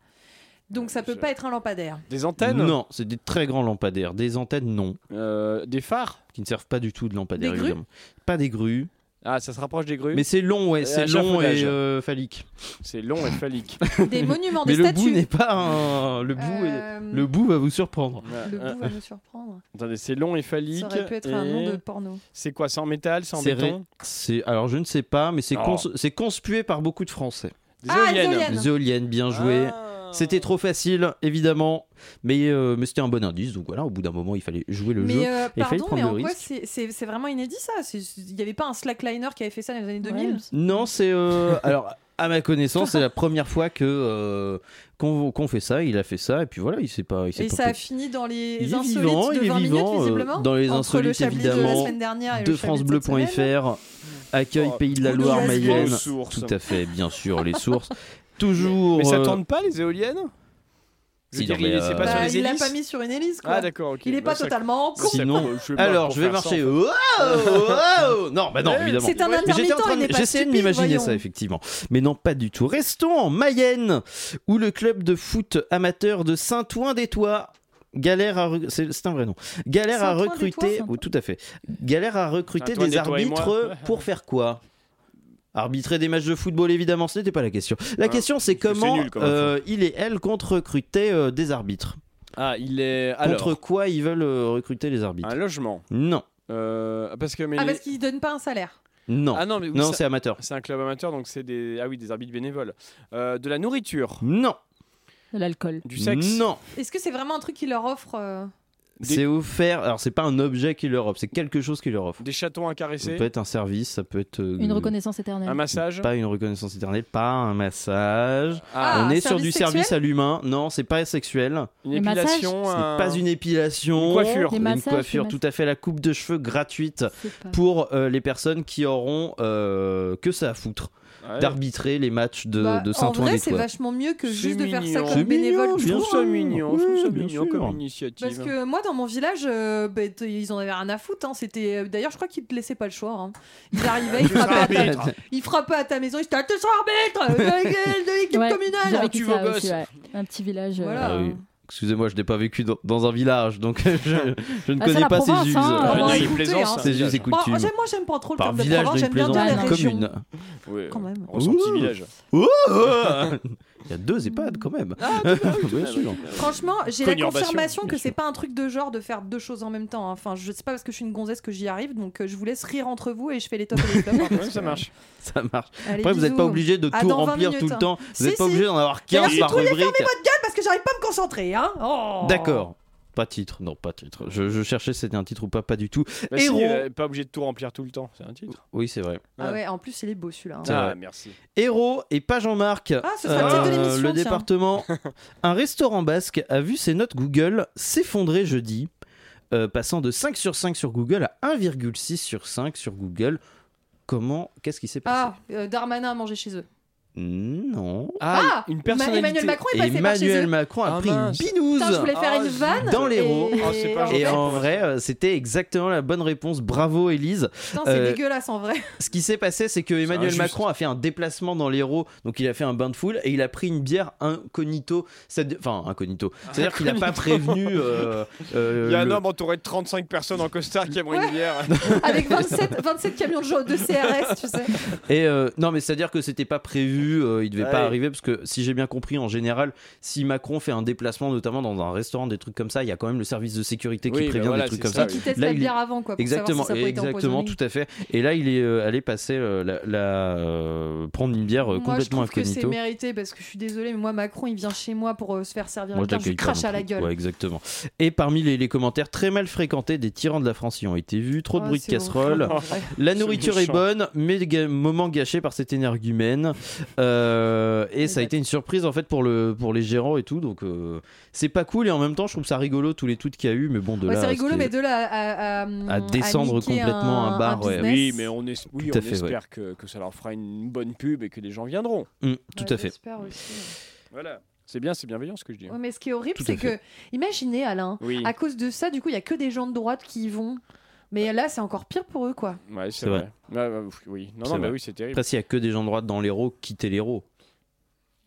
Speaker 8: donc ça peut
Speaker 9: Je-
Speaker 8: pas être un lampadaire.
Speaker 9: Des antennes
Speaker 1: Non, c'est des très grands lampadaires. Des antennes, non,
Speaker 9: Euh, Des phares
Speaker 1: qui ne servent pas du tout de lampadaires,
Speaker 8: Des grues
Speaker 1: évidemment. Pas des grues.
Speaker 9: Ah, ça se rapproche des grues
Speaker 1: Mais c'est long, ouais,
Speaker 9: Et
Speaker 1: c'est
Speaker 9: un
Speaker 1: long et
Speaker 9: échafaudage.
Speaker 1: euh, phallique.
Speaker 9: C'est long et phallique.
Speaker 8: Des monuments,
Speaker 1: Mais
Speaker 8: des
Speaker 1: le bout
Speaker 8: statues.
Speaker 1: n'est pas un. Le bout, est-
Speaker 8: Euh,
Speaker 1: le bout va vous surprendre.
Speaker 9: Ouais,
Speaker 8: le
Speaker 9: euh,
Speaker 8: bout va nous surprendre.
Speaker 9: Attendez, c'est long et phallique.
Speaker 8: Ça aurait pu être un
Speaker 9: et-
Speaker 8: nom de porno.
Speaker 9: C'est quoi, c'est en métal, c'est en
Speaker 1: C'est
Speaker 9: béton
Speaker 1: C'est alors je ne sais pas, mais c'est
Speaker 9: Oh.
Speaker 1: cons- c'est conspué par beaucoup de Français.
Speaker 9: Des
Speaker 8: Ah, les
Speaker 9: éoliennes.
Speaker 8: éoliennes.
Speaker 1: Les éoliennes, bien joué.
Speaker 9: Ah.
Speaker 1: C'était trop facile, évidemment, mais, euh, mais c'était un bon indice. Donc voilà, au bout d'un moment, il fallait jouer le jeu.
Speaker 8: Mais euh,
Speaker 1: il fallait
Speaker 8: pardon, mais
Speaker 1: prendre
Speaker 8: en
Speaker 1: le
Speaker 8: quoi
Speaker 1: risque.
Speaker 8: c'est- c'est c'est vraiment inédit ça C'est- Il n'y avait pas un slackliner qui avait fait ça dans les années 2000
Speaker 10: Ouais.
Speaker 1: Non, c'est euh, alors à ma connaissance, c'est la première fois que euh, qu'on qu'on fait ça. Il a fait ça et puis voilà, il s'est pas, il s'est
Speaker 8: Et
Speaker 1: pas
Speaker 8: ça a
Speaker 1: fait-
Speaker 8: fini dans les
Speaker 1: Il est
Speaker 8: insolites
Speaker 1: vivant,
Speaker 8: de
Speaker 1: il est
Speaker 8: 20
Speaker 1: vivant, euh,
Speaker 8: minutes visiblement
Speaker 1: dans les
Speaker 8: entre le
Speaker 1: insolites,
Speaker 8: Chablis de
Speaker 1: évidemment,
Speaker 8: la semaine dernière et
Speaker 1: de
Speaker 8: le Chablis de cette semaine.
Speaker 1: francebleu.fr accueil
Speaker 9: Oh,
Speaker 1: pays de la
Speaker 8: coup de
Speaker 1: Loire
Speaker 8: jasmin.
Speaker 1: Mayenne.
Speaker 9: Aux sources.
Speaker 1: Tout à fait, bien sûr, les sources. Toujours.
Speaker 9: Mais ça
Speaker 1: euh,
Speaker 9: tourne pas les éoliennes Je
Speaker 1: si,
Speaker 9: veux dire,
Speaker 1: non, mais,
Speaker 9: il- c'est
Speaker 1: euh,
Speaker 9: pas
Speaker 8: Bah,
Speaker 9: sur les
Speaker 8: il l'a
Speaker 9: hélices
Speaker 8: pas mis sur une hélice quoi.
Speaker 9: Ah d'accord, ok.
Speaker 8: il est
Speaker 9: Bah,
Speaker 8: pas
Speaker 9: ça-
Speaker 8: totalement con.
Speaker 9: ça-
Speaker 1: Sinon-
Speaker 9: je sais pas
Speaker 1: Alors,
Speaker 9: pour
Speaker 1: je vais
Speaker 9: faire ça,
Speaker 1: marcher.
Speaker 9: en fait.
Speaker 1: Wow, wow Non, bah non,
Speaker 9: Eh,
Speaker 1: évidemment.
Speaker 8: Euh, C'est un
Speaker 9: Mais
Speaker 1: Mais j'étais en
Speaker 8: intermittent,
Speaker 1: train
Speaker 8: il
Speaker 1: de-
Speaker 8: n'est pas
Speaker 1: J'essayais de
Speaker 8: stupide,
Speaker 1: m'imaginer
Speaker 8: voyons.
Speaker 1: ça, effectivement. Mais non, pas du tout. Restons en Mayenne, où le club de foot amateur de Saint-Ouen des Toits Galère à rec- c'est c'est un vrai nom. Galère
Speaker 8: C'est
Speaker 1: à
Speaker 8: Antoine et toi,
Speaker 1: recruter
Speaker 8: c'est
Speaker 1: ou tout à fait. Galère à recruter
Speaker 9: Antoine
Speaker 1: des
Speaker 9: et toi et moi.
Speaker 1: arbitres pour faire quoi Arbitrer des matchs de football évidemment, ce n'était pas la question. La
Speaker 9: Ah,
Speaker 1: question c'est
Speaker 9: que c'est
Speaker 1: comment
Speaker 9: nul comme info.
Speaker 1: euh, il et elle compte recruter euh, des arbitres.
Speaker 9: Ah, il est. Alors, Hein?
Speaker 1: Contre quoi ils veulent euh, recruter les arbitres
Speaker 9: un logement.
Speaker 1: Non,
Speaker 9: Euh, parce que. mais
Speaker 8: Ah,
Speaker 9: les-
Speaker 8: parce qu'ils donnent pas un salaire.
Speaker 1: non,
Speaker 9: Ah non, mais oui,
Speaker 1: non,
Speaker 9: ça-
Speaker 1: c'est amateur.
Speaker 9: c'est un club amateur, donc c'est des. Ah oui, des arbitres bénévoles. Euh, de la nourriture,
Speaker 1: Non,
Speaker 10: de l'alcool.
Speaker 9: du sexe.
Speaker 1: non.
Speaker 8: Est-ce que c'est vraiment un truc qu'ils leur offrent euh,
Speaker 9: Des-
Speaker 1: C'est offert. Alors c'est pas un objet qui leur offre, c'est quelque chose qui leur offre.
Speaker 9: Des chatons à
Speaker 1: Ça
Speaker 9: caresser.
Speaker 1: peut être un service, ça peut être euh,
Speaker 10: Une reconnaissance éternelle.
Speaker 9: Un massage.
Speaker 1: Pas une reconnaissance éternelle, pas un massage.
Speaker 8: Ah,
Speaker 1: On est
Speaker 8: service
Speaker 1: sur du
Speaker 8: sexuel
Speaker 1: service à l'humain. Non, c'est pas sexuel.
Speaker 9: Une
Speaker 10: Les massages.
Speaker 9: épilation.
Speaker 1: Ce
Speaker 9: un-
Speaker 1: n'est pas une épilation.
Speaker 9: Une coiffure.
Speaker 10: Des
Speaker 1: Une
Speaker 10: massages,
Speaker 1: coiffure,
Speaker 10: des Ah.
Speaker 1: tout
Speaker 10: massages.
Speaker 1: à fait. La coupe de cheveux gratuite
Speaker 10: C'est pas-
Speaker 1: pour euh, les personnes qui auront euh, que ça à foutre
Speaker 9: Ouais.
Speaker 1: d'arbitrer les matchs de,
Speaker 8: bah,
Speaker 1: de
Speaker 8: En vrai,
Speaker 1: Saint-Ouen
Speaker 8: c'est vachement mieux que
Speaker 9: C'est
Speaker 8: juste de faire ça
Speaker 9: mignon.
Speaker 8: comme
Speaker 9: C'est
Speaker 8: bénévole. je
Speaker 1: bien
Speaker 8: trouve,
Speaker 1: sûr.
Speaker 8: hein.
Speaker 9: ça mignon, je trouve ça
Speaker 1: Oui, bien
Speaker 9: mignon
Speaker 1: sûr.
Speaker 9: comme
Speaker 8: Parce
Speaker 9: initiative.
Speaker 8: que moi, dans mon village, euh, bah, t- ils en avaient rien à foutre. hein. C'était d'ailleurs, je crois qu'ils te laissaient pas le choix. hein. Ils arrivaient, ils frappaient, à ta... ils frappaient à ta maison. Ils étaient attention arbitre, euh, la gueule de l'équipe
Speaker 10: Ouais, j'ai
Speaker 8: communale. hein,
Speaker 10: vécu
Speaker 9: tu
Speaker 10: ça
Speaker 9: vas au
Speaker 10: aussi,
Speaker 9: gosse.
Speaker 10: ouais. Un petit village. euh,
Speaker 8: Voilà.
Speaker 1: Ah oui. Excusez-moi, je n'ai pas vécu dans, dans un village, donc je, je ne
Speaker 10: Ah, c'est
Speaker 1: connais
Speaker 10: la
Speaker 1: pas
Speaker 10: province,
Speaker 1: ces uses.
Speaker 10: hein.
Speaker 8: Ah,
Speaker 9: Ah,
Speaker 8: bon,
Speaker 9: non,
Speaker 8: écoutez,
Speaker 9: il plaisante,
Speaker 8: hein.
Speaker 9: ça,
Speaker 1: Ces uses et
Speaker 9: déjà.
Speaker 8: Bon,
Speaker 1: coutumes.
Speaker 8: j'aime- moi, j'aime pas trop le
Speaker 1: Par
Speaker 8: club de
Speaker 1: village,
Speaker 8: Provence.
Speaker 1: j'ai
Speaker 8: J'aime bien dans les
Speaker 1: une
Speaker 8: régions.
Speaker 1: commune.
Speaker 9: Oui,
Speaker 8: Quand même.
Speaker 9: on sent petit
Speaker 1: Ouh.
Speaker 9: village.
Speaker 1: Il y a deux EHPAD quand même.
Speaker 8: Ah,
Speaker 1: Bien sûr.
Speaker 8: Franchement, j'ai la
Speaker 9: Conurbation,
Speaker 8: confirmation
Speaker 1: bien
Speaker 8: que c'est pas un truc de genre de faire deux choses en même temps. hein. Enfin, je sais pas parce que je suis une gonzesse que j'y arrive, donc euh, je vous laisse rire entre vous et je fais les tops et les flops. hein, parce
Speaker 9: Ouais, ça
Speaker 8: que-
Speaker 9: marche.
Speaker 1: Ça marche.
Speaker 8: Allez,
Speaker 1: Après, vous n'êtes pas
Speaker 8: bisous.
Speaker 1: obligé de
Speaker 8: À
Speaker 1: tout
Speaker 8: dans 20
Speaker 1: remplir
Speaker 8: minutes,
Speaker 1: tout le
Speaker 8: hein.
Speaker 1: temps. Vous
Speaker 8: Si,
Speaker 1: n'êtes pas
Speaker 8: si.
Speaker 1: obligé d'en avoir 15
Speaker 8: D'ailleurs,
Speaker 1: par
Speaker 8: j'ai tout les
Speaker 1: rubrique.
Speaker 8: Ah, Parce que j'arrive pas à me concentrer, hein. Oh.
Speaker 1: D'accord. Pas titre, non, pas titre. Je, je cherchais si c'était un titre ou pas, pas du tout.
Speaker 9: Bah si,
Speaker 1: Héros.
Speaker 9: euh, pas obligé de tout remplir tout le temps, c'est un titre.
Speaker 1: Oui, c'est vrai.
Speaker 8: Ah ouais, en plus, il est beau celui-là. hein.
Speaker 1: C'est vrai.
Speaker 9: Ah, merci.
Speaker 1: Héros et pas Jean-Marc. Euh,
Speaker 8: Ah, ce sera le titre de l'émission,
Speaker 1: le
Speaker 8: tiens.
Speaker 1: département. un restaurant basque a vu ses notes Google s'effondrer jeudi, euh, passant de 5 sur 5 sur Google à 1,6 sur 5 sur Google. Comment Qu'est-ce qui s'est passé
Speaker 8: Ah, euh, Darmanin a mangé chez eux.
Speaker 1: Non.
Speaker 8: Ah,
Speaker 9: une
Speaker 8: Ma-
Speaker 9: personnalité.
Speaker 8: Emmanuel Macron
Speaker 1: Ah,
Speaker 8: est passé par chez
Speaker 1: Emmanuel
Speaker 8: eux.
Speaker 1: Macron a
Speaker 9: Ah,
Speaker 1: pris une
Speaker 9: mince.
Speaker 1: binouze.
Speaker 8: Putain, je voulais faire
Speaker 9: Ah,
Speaker 8: une
Speaker 9: zut.
Speaker 8: vanne.
Speaker 1: Dans les roues.
Speaker 8: Et,
Speaker 9: Ah, c'est pas
Speaker 1: Et
Speaker 9: gentil.
Speaker 1: en vrai, euh, c'était exactement la bonne réponse. Bravo, Élise.
Speaker 8: Putain, c'est
Speaker 1: euh,
Speaker 8: dégueulasse en vrai.
Speaker 1: Ce qui s'est passé, c'est que Emmanuel
Speaker 9: injuste.
Speaker 1: Macron a fait un déplacement dans l'Hérault, donc il a fait un bain de foule et il a pris une bière incognito. C'est- Enfin, incognito. C'est-à-dire qu'il n'a pas prévenu. euh, euh,
Speaker 9: Il y a un
Speaker 1: le- Bah
Speaker 9: homme entouré de 35 personnes en costard qui aimerait une bière.
Speaker 8: Avec 27, 27 camions de jaune de CRS, tu sais.
Speaker 1: Et euh, non, mais c'est-à-dire que c'était pas prévu, euh, il devait
Speaker 9: Ah
Speaker 1: pas
Speaker 9: oui.
Speaker 1: arriver parce que si j'ai bien compris, en général, si Macron fait un déplacement, notamment dans un restaurant, des trucs comme ça, il y a quand même le service de sécurité qui
Speaker 9: Oui, bah
Speaker 1: prévient
Speaker 9: voilà,
Speaker 1: des trucs
Speaker 9: c'est
Speaker 1: comme ça.
Speaker 9: ça,
Speaker 8: Et qui teste
Speaker 1: Ah Là,
Speaker 8: la
Speaker 1: il-
Speaker 8: bière avant, quoi. Pour
Speaker 1: Exactement,
Speaker 8: savoir si ça peut être
Speaker 1: exactement,
Speaker 8: empoisonné.
Speaker 1: tout à fait. Et là, il est euh, allé passer euh, la, la- euh, prendre une bière euh,
Speaker 8: Moi, je
Speaker 1: complètement
Speaker 8: trouve que c'est
Speaker 1: incognito.
Speaker 8: mérité parce que je suis désolée, mais moi, Macron, il vient chez moi pour euh, se faire servir
Speaker 1: Moi,
Speaker 8: une
Speaker 1: je
Speaker 8: bière, je
Speaker 1: l'accueille
Speaker 8: lui
Speaker 1: pas
Speaker 8: crache
Speaker 1: non
Speaker 8: à la
Speaker 1: plus.
Speaker 8: gueule.
Speaker 1: Ouais, exactement. Et parmi les, les commentaires très mal fréquentés, des tyrans de la France y ont été vus, trop de
Speaker 8: Ah,
Speaker 1: bruit de
Speaker 8: c'est
Speaker 1: casserole.
Speaker 8: horrible, en vrai.
Speaker 1: La
Speaker 9: C'est
Speaker 1: nourriture est
Speaker 9: méchant.
Speaker 1: bonne, mais ga- moment gâché par cet énergumène. Euh, et ça a
Speaker 8: bêtes.
Speaker 1: été une surprise en fait pour, le, pour les gérants et tout. Donc euh, c'est pas cool et en même temps je trouve ça rigolo tous les tweets qu'il y a eu. Mais bon, de
Speaker 8: Ouais,
Speaker 1: là.
Speaker 8: c'est
Speaker 1: à ce
Speaker 8: rigolo,
Speaker 1: qui-
Speaker 8: mais de là à, à, à-
Speaker 1: À descendre
Speaker 8: niquer
Speaker 1: complètement un bar, ouais.
Speaker 8: business.
Speaker 9: Oui, mais on, es- oui,
Speaker 1: Tout
Speaker 9: on
Speaker 1: à fait,
Speaker 9: espère que, que ça leur fera une bonne pub et que les gens viendront.
Speaker 1: Hum, tout
Speaker 8: Ouais,
Speaker 1: à fait.
Speaker 8: j'espère aussi.
Speaker 9: Voilà. C'est bien, c'est bienveillant ce que je dis. hein.
Speaker 8: Ouais, mais ce qui est horrible,
Speaker 1: Tout à Mm.
Speaker 8: c'est que, imaginez Alain,
Speaker 9: Oui,
Speaker 8: à cause de ça, du coup, il y a que des gens de droite qui y vont. Mais là, c'est encore pire pour eux, quoi.
Speaker 9: ouais,
Speaker 1: c'est
Speaker 9: c'est vrai. Ouais, ouais, ouf, oui, non,
Speaker 1: C'est
Speaker 9: non,
Speaker 1: vrai.
Speaker 9: mais oui, c'est terrible.
Speaker 1: Après, s'il y a que des gens de droite dans l'héros, quittez l'héros.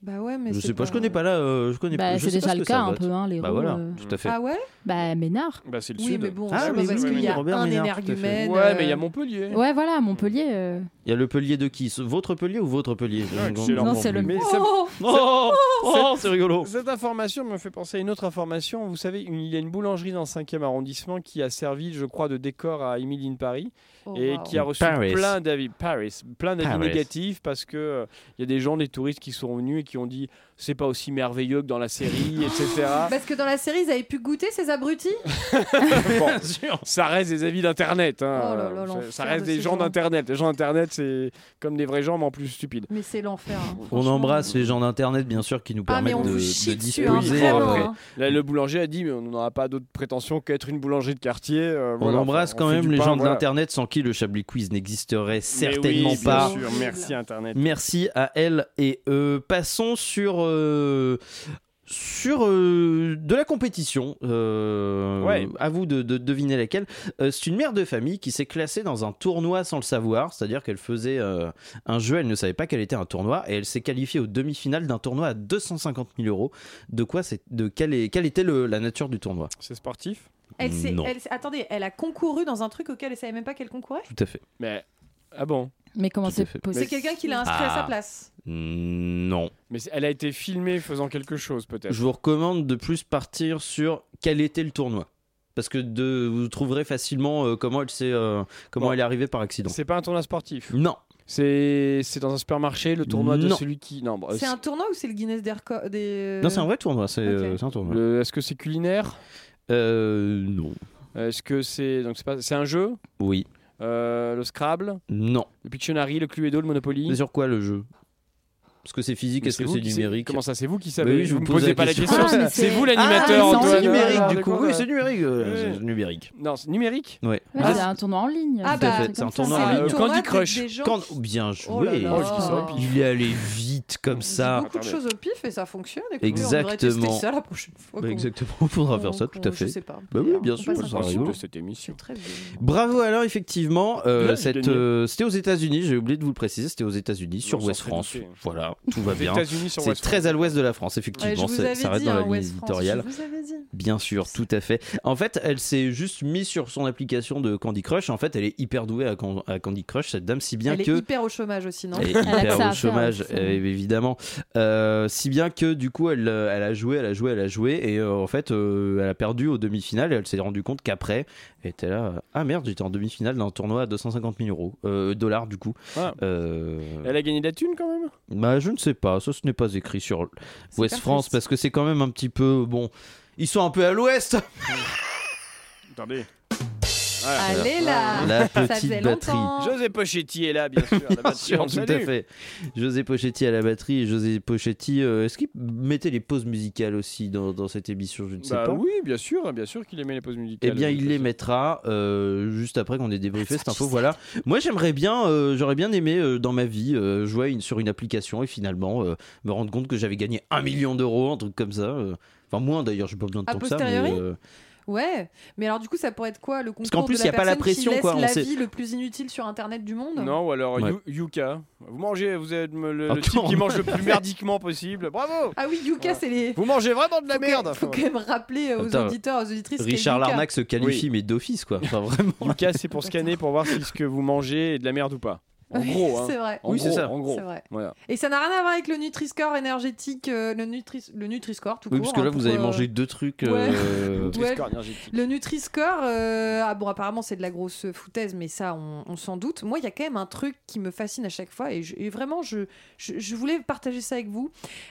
Speaker 8: Bah ouais, mais
Speaker 1: Je
Speaker 8: c'est
Speaker 1: sais pas, je connais pas là. euh, je connais
Speaker 10: Bah,
Speaker 1: pas. je
Speaker 10: c'est
Speaker 1: sais pas
Speaker 10: déjà
Speaker 1: ce
Speaker 10: le
Speaker 1: que ça
Speaker 10: cas un
Speaker 1: vote.
Speaker 10: peu, hein, les
Speaker 1: Bah
Speaker 10: roues,
Speaker 1: voilà,
Speaker 10: euh,
Speaker 1: tout à fait.
Speaker 8: Ah ouais
Speaker 10: Bah, Ménard.
Speaker 9: Bah, c'est le
Speaker 8: Oui,
Speaker 9: sud.
Speaker 8: mais bon,
Speaker 1: Ah,
Speaker 8: c'est
Speaker 1: mais
Speaker 8: pas
Speaker 1: oui,
Speaker 8: parce
Speaker 1: oui,
Speaker 8: qu'il y
Speaker 1: mais
Speaker 8: a
Speaker 1: Robert
Speaker 8: un
Speaker 1: Ménard, tout à fait.
Speaker 8: énergumène.
Speaker 9: Ouais, mais il y a
Speaker 8: euh,
Speaker 9: Montpellier.
Speaker 10: Ouais, voilà, Montpellier. euh,
Speaker 1: Il y a le pelier de qui Ce- Votre pelier ou votre pelier
Speaker 9: Ah,
Speaker 1: Je-
Speaker 9: excellent.
Speaker 10: Non, c'est le-
Speaker 9: Mais ça-
Speaker 8: Oh
Speaker 1: Oh, oh, c'est rigolo.
Speaker 9: Cette information me fait penser à une autre information. Vous savez, une- il y a une boulangerie dans le 5e arrondissement qui a servi, je crois, de décor à Emily in Paris
Speaker 8: Oh,
Speaker 9: et
Speaker 8: wow.
Speaker 9: qui a reçu
Speaker 1: Paris.
Speaker 9: plein d'avis Paris, plein d'avis
Speaker 1: Paris.
Speaker 9: négatifs parce que euh, il y a des gens, des touristes qui sont venus et qui ont dit c'est pas aussi merveilleux que dans la série, etc.
Speaker 8: Parce que dans la série, ils avaient pu goûter ces abrutis.
Speaker 9: Bon, ça reste des avis d'internet. hein.
Speaker 8: Oh là là,
Speaker 9: Ça- ça,
Speaker 8: l'enfer
Speaker 9: reste
Speaker 8: de
Speaker 9: des
Speaker 8: ces
Speaker 9: gens
Speaker 8: gens.
Speaker 9: d'internet. Les gens d'internet, c'est comme des vrais gens, mais en plus stupides.
Speaker 8: Mais c'est l'enfer. hein.
Speaker 1: On
Speaker 8: Franchement.
Speaker 9: euh,
Speaker 1: embrasse les gens d'internet, bien sûr, qui nous
Speaker 8: Ah, mais
Speaker 1: permettent de,
Speaker 8: on vous
Speaker 1: de
Speaker 8: chie dessus, hein,
Speaker 1: diffuser.
Speaker 8: vraiment,
Speaker 1: après.
Speaker 8: hein.
Speaker 9: Là, le boulanger a dit mais on n'aura pas d'autre prétention qu'être une boulangerie de quartier. euh,
Speaker 1: On
Speaker 9: voilà,
Speaker 1: embrasse
Speaker 9: enfin, on
Speaker 1: quand
Speaker 9: fait
Speaker 1: même
Speaker 9: du
Speaker 1: les
Speaker 9: pain,
Speaker 1: gens de
Speaker 9: voilà.
Speaker 1: l'internet sans qui le Chablis Quiz n'existerait
Speaker 9: Mais
Speaker 1: certainement
Speaker 9: oui, bien
Speaker 1: pas.
Speaker 9: sûr, merci Internet.
Speaker 1: Merci à elle et eux. Passons sur euh, sur euh, de la compétition. Euh,
Speaker 9: Ouais.
Speaker 1: À vous de, de deviner laquelle. Euh, c'est une mère de famille qui s'est classée dans un tournoi sans le savoir, c'est-à-dire qu'elle faisait euh, un jeu, elle ne savait pas qu'elle était un tournoi, et elle s'est qualifiée aux demi-finales d'un tournoi à 250 000 euros. De quoi c'est De quelle, est, quelle était le- la nature du tournoi
Speaker 9: C'est sportif
Speaker 8: Elle s'est-
Speaker 1: Non.
Speaker 8: elle s'est- attendez, elle a concouru dans un truc auquel elle savait même pas qu'elle concourait
Speaker 1: Tout à fait.
Speaker 9: Mais. Ah bon
Speaker 10: Mais comment
Speaker 1: Tout à
Speaker 10: c'est
Speaker 1: fait.
Speaker 8: C'est
Speaker 10: possible
Speaker 8: quelqu'un qui l'a inscrit à sa
Speaker 1: Ah.
Speaker 8: place.
Speaker 1: Non.
Speaker 9: Mais c'est- elle a été filmée faisant quelque chose, peut-être.
Speaker 1: Je vous recommande de plus partir sur quel était le tournoi. Parce que de, vous trouverez facilement euh, comment elle s'est, euh, comment
Speaker 9: Bon.
Speaker 1: elle est arrivée par accident.
Speaker 9: C'est pas un tournoi sportif.
Speaker 1: Non,
Speaker 9: C'est c'est dans un supermarché, le tournoi de
Speaker 1: Mm. Non.
Speaker 9: celui qui. Non, bon,
Speaker 8: C'est un tournoi ou c'est le Guinness des records des...
Speaker 1: non, c'est un vrai tournoi. C'est
Speaker 8: Euh, ok.
Speaker 1: euh, c'est un tournoi.
Speaker 9: le- Est-ce que c'est culinaire
Speaker 1: Euh, non.
Speaker 9: Est-ce que c'est. Donc, c'est pas... c'est un jeu
Speaker 1: Oui.
Speaker 9: Euh, Le Scrabble
Speaker 1: Non.
Speaker 9: Le Pictionary, le Cluedo, le Monopoly
Speaker 1: Mais sur quoi le jeu Parce que c'est physique,
Speaker 9: Mais
Speaker 1: est-ce que
Speaker 9: vous
Speaker 1: c'est
Speaker 9: qui-
Speaker 1: numérique Bah
Speaker 9: Comment ça, c'est vous qui savez
Speaker 1: oui, je
Speaker 9: Vous
Speaker 1: vous
Speaker 9: me
Speaker 1: pose
Speaker 9: posez
Speaker 1: la
Speaker 9: pas
Speaker 1: question.
Speaker 9: la question.
Speaker 10: Ah, mais
Speaker 9: c'est
Speaker 10: c'est-
Speaker 9: vous
Speaker 1: Ah,
Speaker 9: l'animateur,
Speaker 1: mais c'est
Speaker 9: Antoine.
Speaker 1: numérique du
Speaker 9: Ah,
Speaker 1: coup.
Speaker 9: d'accord.
Speaker 1: Oui, c'est numérique. euh,
Speaker 9: Ouais.
Speaker 1: c'est numérique.
Speaker 9: Non, c'est numérique
Speaker 1: Ouais.
Speaker 10: Ouais,
Speaker 9: Ah,
Speaker 10: c'est un tournoi en ligne.
Speaker 8: Ah
Speaker 1: Tout à
Speaker 8: bah,
Speaker 1: fait, c'est un
Speaker 8: comme ça,
Speaker 1: tournoi
Speaker 8: c'est
Speaker 1: en
Speaker 8: le
Speaker 1: ligne.
Speaker 8: tournoi
Speaker 9: Candy
Speaker 8: des-
Speaker 9: Crush.
Speaker 8: des gens
Speaker 1: Quand...
Speaker 8: qui-
Speaker 1: Bien
Speaker 8: Oh là
Speaker 1: joué.
Speaker 8: là.
Speaker 9: Oh, je dis ça au pif.
Speaker 1: Il est allé vite comme ça.
Speaker 8: beaucoup de choses au pif et ça fonctionne. Écoutez, On devrait tester
Speaker 1: Exactement.
Speaker 8: ça la prochaine fois.
Speaker 1: Bah,
Speaker 8: qu'on-
Speaker 1: exactement, il faudra faire ça,
Speaker 8: qu'on-
Speaker 1: tout à
Speaker 8: Je
Speaker 1: fait.
Speaker 8: sais pas.
Speaker 1: Bah oui, bien
Speaker 8: On
Speaker 1: sûr,
Speaker 8: passe
Speaker 1: ça
Speaker 8: un
Speaker 1: arrive.
Speaker 8: tour.
Speaker 9: de cette émission.
Speaker 8: C'est très bien.
Speaker 1: Bravo alors effectivement, euh,
Speaker 9: Là, j'ai
Speaker 1: cette,
Speaker 9: gagné.
Speaker 1: euh, c'était aux États-Unis, j'ai oublié de vous le préciser, c'était aux États-Unis sur
Speaker 9: s'en
Speaker 1: West
Speaker 9: fait
Speaker 1: France.
Speaker 9: douter.
Speaker 1: Voilà, tout va bien.
Speaker 9: États-Unis sur
Speaker 1: C'est
Speaker 9: West
Speaker 1: très à l'ouest de la France,
Speaker 8: Ouais, je
Speaker 1: effectivement,
Speaker 8: vous
Speaker 1: c'est-
Speaker 8: avais
Speaker 1: ça reste
Speaker 8: dit,
Speaker 1: dans la
Speaker 8: hein,
Speaker 1: ligne
Speaker 8: West France,
Speaker 1: éditoriale.
Speaker 8: Je vous avais dit.
Speaker 1: Bien sûr, tout à fait. En fait, elle s'est juste mise sur son application de Candy Crush. En fait, elle est hyper douée à, Can- à Candy Crush, cette dame, si bien
Speaker 8: Elle
Speaker 1: que...
Speaker 8: est hyper au chômage aussi, non
Speaker 1: Elle est
Speaker 10: a que ça à
Speaker 1: hyper
Speaker 10: faire,
Speaker 1: au chômage,
Speaker 10: c'est ça.
Speaker 1: euh, évidemment. Euh, si bien que du coup, elle, euh, elle a joué, elle a joué, elle a joué, et euh, en fait, euh, elle a perdu aux demi-finales. Et elle s'est rendue compte qu'après, elle était là. euh, Ah merde, j'étais en demi-finale d'un tournoi à 250 000 euros, euh, dollars du coup.
Speaker 9: Ah.
Speaker 1: Euh,
Speaker 9: Elle a gagné de la thune quand même
Speaker 1: Bah, je ne sais pas. Ça, ce n'est pas écrit sur
Speaker 8: C'est
Speaker 1: West
Speaker 8: pas
Speaker 1: France
Speaker 8: triste.
Speaker 1: parce que c'est quand même un petit peu bon. Ils sont un peu à l'ouest.
Speaker 9: Attendez.
Speaker 8: Allez là
Speaker 1: La
Speaker 8: Ça faisait
Speaker 1: petite batterie.
Speaker 8: longtemps.
Speaker 9: José Pochetti est là, bien sûr. la
Speaker 1: Bien
Speaker 9: batterie,
Speaker 1: sûr,
Speaker 9: on le
Speaker 1: tout à
Speaker 9: salue.
Speaker 1: fait. José Pochetti à la batterie. et José Pochetti, euh, est-ce qu'il mettait les pauses musicales aussi dans, dans cette émission Je ne sais
Speaker 9: Bah
Speaker 1: pas.
Speaker 9: oui, bien sûr, bien sûr qu'il aimait les pauses musicales.
Speaker 1: Eh bien, il les
Speaker 9: met
Speaker 1: mettra euh, juste après qu'on ait débriefé cette info. Voilà. Moi, j'aimerais bien, euh, j'aurais bien aimé euh, dans ma vie euh, jouer à une- sur une application et finalement euh, me rendre compte que j'avais gagné un million d'euros, un truc comme ça. euh. Enfin, moins d'ailleurs, j'ai pas besoin de
Speaker 8: A
Speaker 1: tant que ça. mais,
Speaker 8: posteriori
Speaker 1: euh,
Speaker 8: Ouais, mais alors du coup, ça pourrait être quoi le concours
Speaker 1: qu'en plus,
Speaker 8: de
Speaker 1: y
Speaker 8: la
Speaker 1: a pas la
Speaker 8: personne qui
Speaker 1: pression,
Speaker 8: laisse
Speaker 1: quoi, on
Speaker 8: la
Speaker 1: sait-
Speaker 8: vie le plus inutile sur Internet du monde
Speaker 9: Non, ou alors
Speaker 1: Ouais.
Speaker 9: Yu- Yuka. Vous mangez, vous êtes me- le,
Speaker 1: Un
Speaker 9: le type qui
Speaker 1: tournoi.
Speaker 9: mange le plus merdiquement possible. Bravo
Speaker 8: Ah oui, Yuka, c'est les. Bah,
Speaker 9: Vous mangez vraiment de la merde
Speaker 8: Faut quand même rappeler aux
Speaker 1: Attends,
Speaker 8: auditeurs, aux auditrices. qu'est
Speaker 1: Richard
Speaker 8: Yuka.
Speaker 1: Larnac se qualifie, mais d'office, quoi. Enfin, vraiment.
Speaker 9: Yuka, c'est pour scanner pour voir si ce que vous mangez est de la merde ou pas. En
Speaker 8: Oui,
Speaker 9: gros, hein.
Speaker 8: C'est vrai.
Speaker 9: En
Speaker 1: Oui, c'est
Speaker 9: gros,
Speaker 1: ça.
Speaker 9: En gros.
Speaker 8: C'est vrai.
Speaker 9: Voilà.
Speaker 8: Et ça n'a rien à voir avec le Nutri-Score énergétique, euh, le Nutri, le Nutri-Score tout
Speaker 1: Oui,
Speaker 8: court.
Speaker 1: parce que
Speaker 8: hein,
Speaker 1: là, vous
Speaker 8: pour,
Speaker 1: avez
Speaker 8: euh,
Speaker 1: mangé deux trucs.
Speaker 8: ouais.
Speaker 1: euh,
Speaker 8: Ouais.
Speaker 9: Score énergétique.
Speaker 8: Le Nutri-Score, euh, ah bon, apparemment c'est de la grosse foutaise, mais ça on, on s'en doute. Moi, il y a quand même un truc qui me fascine à chaque fois, et, je- et vraiment, je, je, je voulais partager ça avec vous.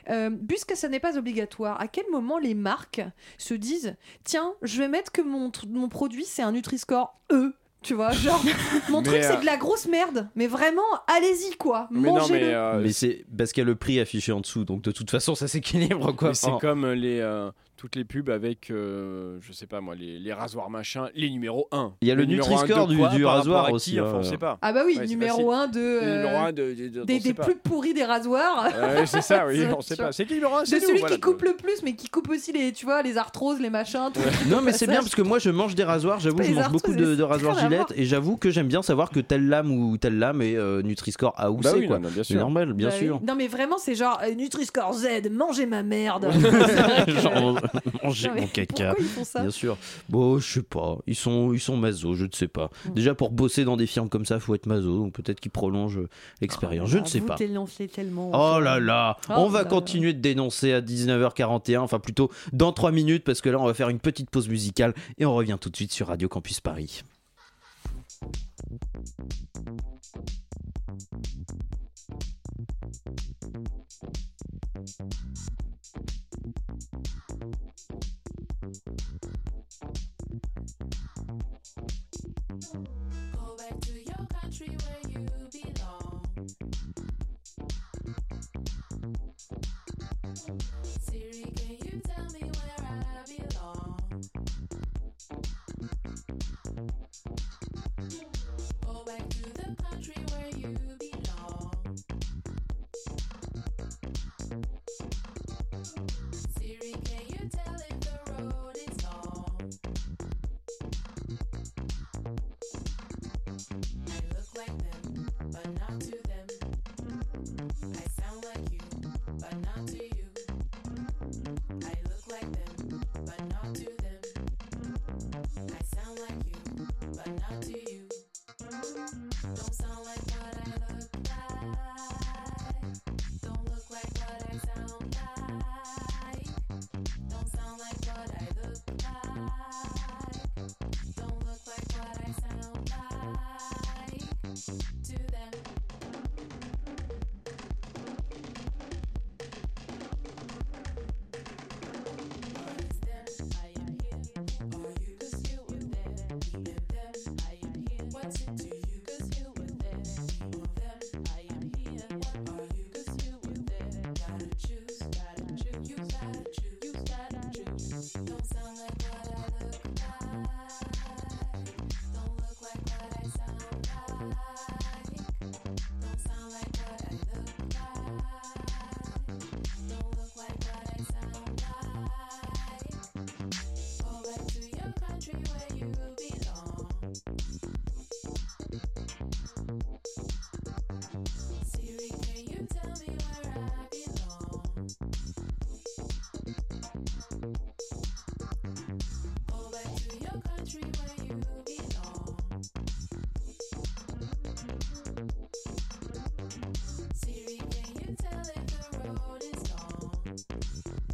Speaker 8: Euh, puisque ça n'est pas obligatoire, à quel moment les marques se disent Tiens, je vais mettre que mon, tr- mon produit c'est un Nutri-Score E Tu vois, genre, mon
Speaker 9: Mais,
Speaker 8: truc
Speaker 9: euh,
Speaker 8: c'est de la grosse merde, mais vraiment, allez-y quoi,
Speaker 9: Mais non,
Speaker 8: mangez-le.
Speaker 9: mais, euh,
Speaker 1: Mais c'est parce qu'il y a le prix affiché en dessous, donc de toute façon, ça s'équilibre, quoi.
Speaker 9: Mais c'est
Speaker 1: Enfin,
Speaker 9: comme les, euh, toutes les pubs avec, euh, je sais pas moi, les, les rasoirs machin, les numéros 1.
Speaker 1: Il y a le
Speaker 9: numéro
Speaker 1: Nutri-Score
Speaker 9: un de
Speaker 1: du-
Speaker 9: quoi,
Speaker 1: du
Speaker 9: par rapport
Speaker 1: rasoir
Speaker 9: à qui,
Speaker 1: aussi,
Speaker 9: Enfin,
Speaker 1: hein.
Speaker 9: on sait pas.
Speaker 8: Ah bah oui,
Speaker 9: Ouais, c'est facile.
Speaker 8: numéro 1 de,
Speaker 9: Le numéro
Speaker 8: euh,
Speaker 9: 1 de, de- de- on
Speaker 8: des,
Speaker 9: sait
Speaker 8: des
Speaker 9: pas.
Speaker 8: plus pourris des rasoirs.
Speaker 9: Ouais, c'est ça, oui, on sait
Speaker 8: Sûr.
Speaker 9: pas. C'est qui
Speaker 1: Ah,
Speaker 9: le numéro 1
Speaker 8: De celui qui coupe le plus, mais qui coupe aussi les, tu vois, les arthroses, les machins, tout.
Speaker 1: Non mais c'est bien parce que moi je mange des rasoirs, j'avoue
Speaker 8: Pas
Speaker 1: je
Speaker 8: les
Speaker 1: mange
Speaker 8: arthros,
Speaker 1: beaucoup de,
Speaker 8: c'est
Speaker 1: de rasoirs
Speaker 8: très
Speaker 1: Gillette et j'avoue que j'aime bien savoir que telle lame ou telle lame est euh, Nutri-Score A ou
Speaker 9: Bah
Speaker 1: C
Speaker 9: oui,
Speaker 1: quoi.
Speaker 9: non, non, bien
Speaker 1: C'est
Speaker 9: sûr.
Speaker 1: normal bien
Speaker 8: Bah oui.
Speaker 1: sûr.
Speaker 8: Non, mais vraiment, c'est genre euh, Nutri-Score Z, mangez ma merde.
Speaker 1: Genre manger
Speaker 8: Non, mais
Speaker 1: mon caca.
Speaker 8: Pourquoi ils font ça
Speaker 1: Bien sûr. Bon, je sais pas. Ils sont, ils sont maso, je ne sais pas.
Speaker 8: Mm.
Speaker 1: Déjà pour bosser dans des firmes comme ça, faut être maso, donc peut-être qu'ils prolongent euh, l'expérience. je ne sais
Speaker 8: Ah, Vous
Speaker 1: pas.
Speaker 8: dénoncez tellement.
Speaker 1: Oh là là,
Speaker 8: Oh
Speaker 1: on va
Speaker 8: là là.
Speaker 1: continuer de dénoncer à 19h41, enfin plutôt dans 3 minutes parce que là on va faire une petite pause musicale et on revient tout de suite sur Radio Campus Paris.
Speaker 2: Go back to your country where you belong. Siri, can you tell me where I belong? Go back to the country where you belong. Don't sound like what I look like. Don't look like what I sound like. Don't sound like what I look like. Don't look like what I sound like. To them. I am here. Are you cause you were there? We live them. I am here. What's it to you cause you were there? We move them. I am here. What are you cause you were there? Gotta choose, gotta choose. You gotta choose, you gotta choose. Don't sound like what I look like. Don't look like what I sound like. Don't sound like what I look like. Don't look like what I sound like. Go back to your country where you belong. Siri, can you tell me where I belong? Go back to your country where you belong. Siri, can you tell if the road is long?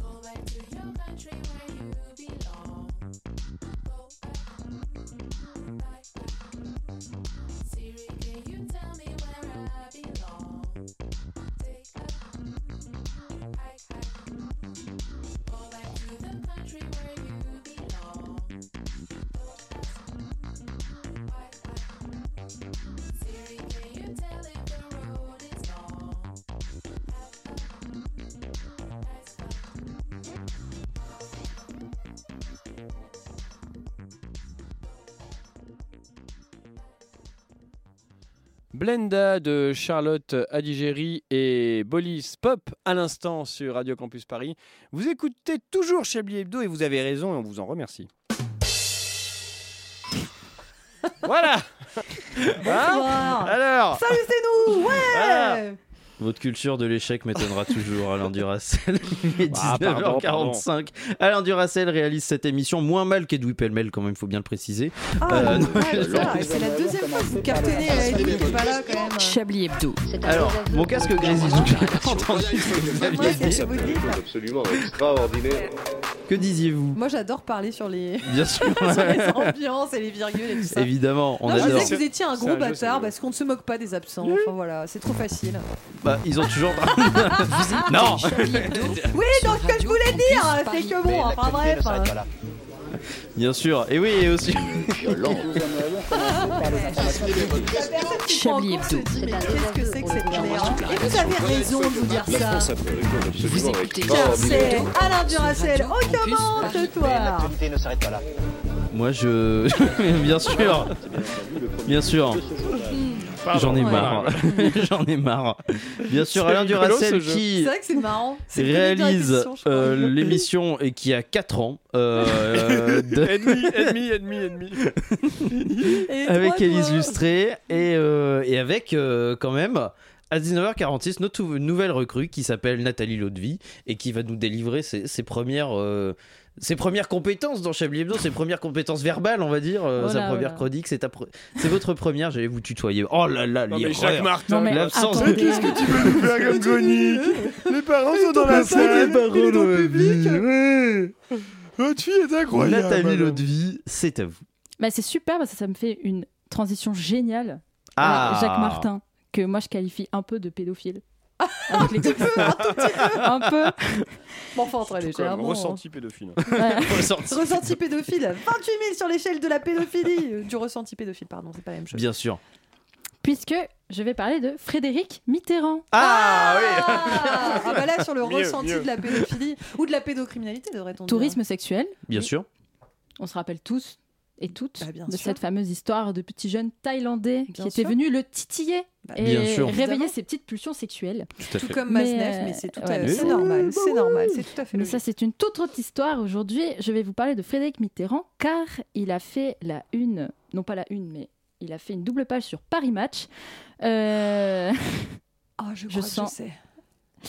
Speaker 2: Go back to your country where you belong. Go back, back, back. Siri, can you tell me where I belong? Take a hike, hike. Go back to the country where you belong. Go back, back, back. Siri, can you tell if the road is long?
Speaker 9: Blenda de Charlotte euh, Adigéry et Bolis Pop à l'instant sur Radio Campus Paris. Vous écoutez toujours Chablis Hebdo et vous avez raison et on vous en remercie. voilà
Speaker 10: Ah.
Speaker 1: Ah.
Speaker 8: Bonsoir.
Speaker 9: Alors
Speaker 8: Salut, c'est nous Ouais Ah,
Speaker 9: Voilà.
Speaker 1: Euh, Votre culture de l'échec m'étonnera toujours, Alain Duracel. Il est
Speaker 9: Ah, pardon,
Speaker 1: 19h45. Alain Duracel réalise cette émission moins mal qu'Edoui Pellemel, quand même, il faut bien le préciser.
Speaker 8: Ah,
Speaker 1: Euh,
Speaker 8: non,
Speaker 1: non,
Speaker 8: ouais,
Speaker 1: je-
Speaker 8: ça, C'est la deuxième fois que vous cartonnez à Eddie qui est pas là quand même.
Speaker 12: Chablis Hebdo.
Speaker 10: C'est un
Speaker 1: Alors,
Speaker 10: désaveu
Speaker 1: mon
Speaker 10: pour le
Speaker 1: casque
Speaker 10: gouvernement.
Speaker 1: grésille, donc j'ai pas entendu ce que vous
Speaker 8: Moi,
Speaker 1: aviez
Speaker 8: c'est
Speaker 1: dit.
Speaker 8: ce que vous dites.
Speaker 3: chose absolument extraordinaire.
Speaker 1: Que disiez-vous
Speaker 8: Moi, j'adore parler sur les...
Speaker 1: Bien sûr,
Speaker 8: sur les ambiances et les virgules et tout ça.
Speaker 1: évidemment, on
Speaker 8: non, je
Speaker 1: adore.
Speaker 8: disais que vous étiez un
Speaker 9: C'est
Speaker 8: gros
Speaker 9: un jeu, c'est un
Speaker 8: bâtard
Speaker 9: jeu.
Speaker 8: parce qu'on ne se moque pas des absents. Enfin voilà, c'est trop facile.
Speaker 1: Bah, ils ont toujours. non
Speaker 8: Oui, donc ce que je voulais dire, c'est que
Speaker 4: Mais
Speaker 8: bon, enfin
Speaker 4: l'actualité ne
Speaker 8: bref. euh.
Speaker 4: s'arrête pas là.
Speaker 1: Bien sûr, et oui, et aussi.
Speaker 11: violente.
Speaker 6: Nous aimerions commencer par les informations publiques.
Speaker 8: La personne qui prend en
Speaker 12: Chablis
Speaker 8: compte se
Speaker 12: Hebdo.
Speaker 8: dit, mais
Speaker 10: C'est un
Speaker 8: qu'est-ce que
Speaker 10: désaveu
Speaker 8: c'est que
Speaker 10: pour le
Speaker 8: cette merde
Speaker 10: gouvernement.
Speaker 8: Et vous avez raison de vous dire
Speaker 3: La
Speaker 8: ça.
Speaker 3: France a fait une chose absolument
Speaker 12: Vous écoutez
Speaker 8: Car
Speaker 3: extraordinaire.
Speaker 8: c'est Alain
Speaker 12: Duracell,
Speaker 8: Duracel, on commente
Speaker 4: Mais
Speaker 8: toi
Speaker 4: l'actualité ne s'arrête pas là.
Speaker 1: Moi, je. bien sûr Bien sûr J'en ai marre J'en ai marre Bien sûr,
Speaker 9: C'est
Speaker 1: Alain
Speaker 9: rigolo, ce
Speaker 1: Duracel
Speaker 9: jeu.
Speaker 8: C'est
Speaker 1: qui.
Speaker 8: vrai que c'est marrant. C'est le début de la
Speaker 1: réalise
Speaker 8: répétition, je crois.
Speaker 1: euh, l'émission et qui a 4 ans euh, de-
Speaker 9: Ennemi, ennemi, ennemi, ennemi.
Speaker 8: Et toi,
Speaker 1: avec
Speaker 8: toi
Speaker 1: Élise Lustré et, euh, et avec euh, quand même à 19h46 notre tou- nouvelle recrue qui s'appelle Nathalie Lodevie et qui va nous délivrer ses, ses premières euh, ses premières compétences dans Chablis Hebdo, ses premières compétences verbales, on va dire, euh,
Speaker 10: Voilà,
Speaker 1: sa première
Speaker 10: voilà.
Speaker 1: chronique, c'est ta pre- c'est votre première, j'allais vous tutoyer. Oh là là,
Speaker 9: Non mais
Speaker 1: l'erreur.
Speaker 9: Jacques Martin.
Speaker 10: Non, mais
Speaker 1: L'absence de-
Speaker 10: attendez.
Speaker 9: Les parents sont dans la salle. Votre fille est Oh, incroyable.
Speaker 1: Nathalie Lodevie, c'est à vous.
Speaker 10: Bah, c'est super parce que ça me fait une transition géniale
Speaker 1: Ah.
Speaker 10: avec Jacques Martin, que moi je qualifie un peu de pédophile. Avec les- un peu.
Speaker 8: Bon, enfin, très
Speaker 10: hein.
Speaker 8: légèrement. hein.
Speaker 9: Ressenti pédophile.
Speaker 1: hein.
Speaker 10: Voilà.
Speaker 1: Ressenti.
Speaker 8: Ressenti pédophile, 28 000 sur l'échelle de la pédophilie. Euh, Du ressenti pédophile, pardon, c'est pas la même chose.
Speaker 1: Bien sûr.
Speaker 10: Puisque je vais parler de Frédéric Mitterrand.
Speaker 1: Ah,
Speaker 8: Ah, ah, bah là, sur le
Speaker 9: Mieux,
Speaker 8: ressenti
Speaker 9: mieux.
Speaker 8: de la pédophilie ou de la pédocriminalité, devrait-on dire.
Speaker 10: Tourisme sexuel.
Speaker 1: Bien sûr.
Speaker 10: On se rappelle tous et toutes
Speaker 8: Bah, bien
Speaker 10: de
Speaker 8: sûr.
Speaker 10: cette fameuse histoire de petit jeune Thaïlandais
Speaker 8: Bien
Speaker 10: qui était
Speaker 8: sûr.
Speaker 10: venu le titiller, et
Speaker 8: Bien sûr.
Speaker 10: réveiller
Speaker 8: Évidemment.
Speaker 10: ces petites pulsions sexuelles.
Speaker 8: Tout à Tout fait. comme Masnef, mais
Speaker 10: euh,
Speaker 8: c'est tout à- c'est normal, c'est normal, c'est tout à fait
Speaker 10: Mais
Speaker 8: logique.
Speaker 10: ça, c'est une toute autre histoire. Aujourd'hui, je vais vous parler de Frédéric Mitterrand, car il a fait la une, non pas la une, mais il a fait une double page sur Paris Match. Euh,
Speaker 8: Oh, je,
Speaker 10: je sens.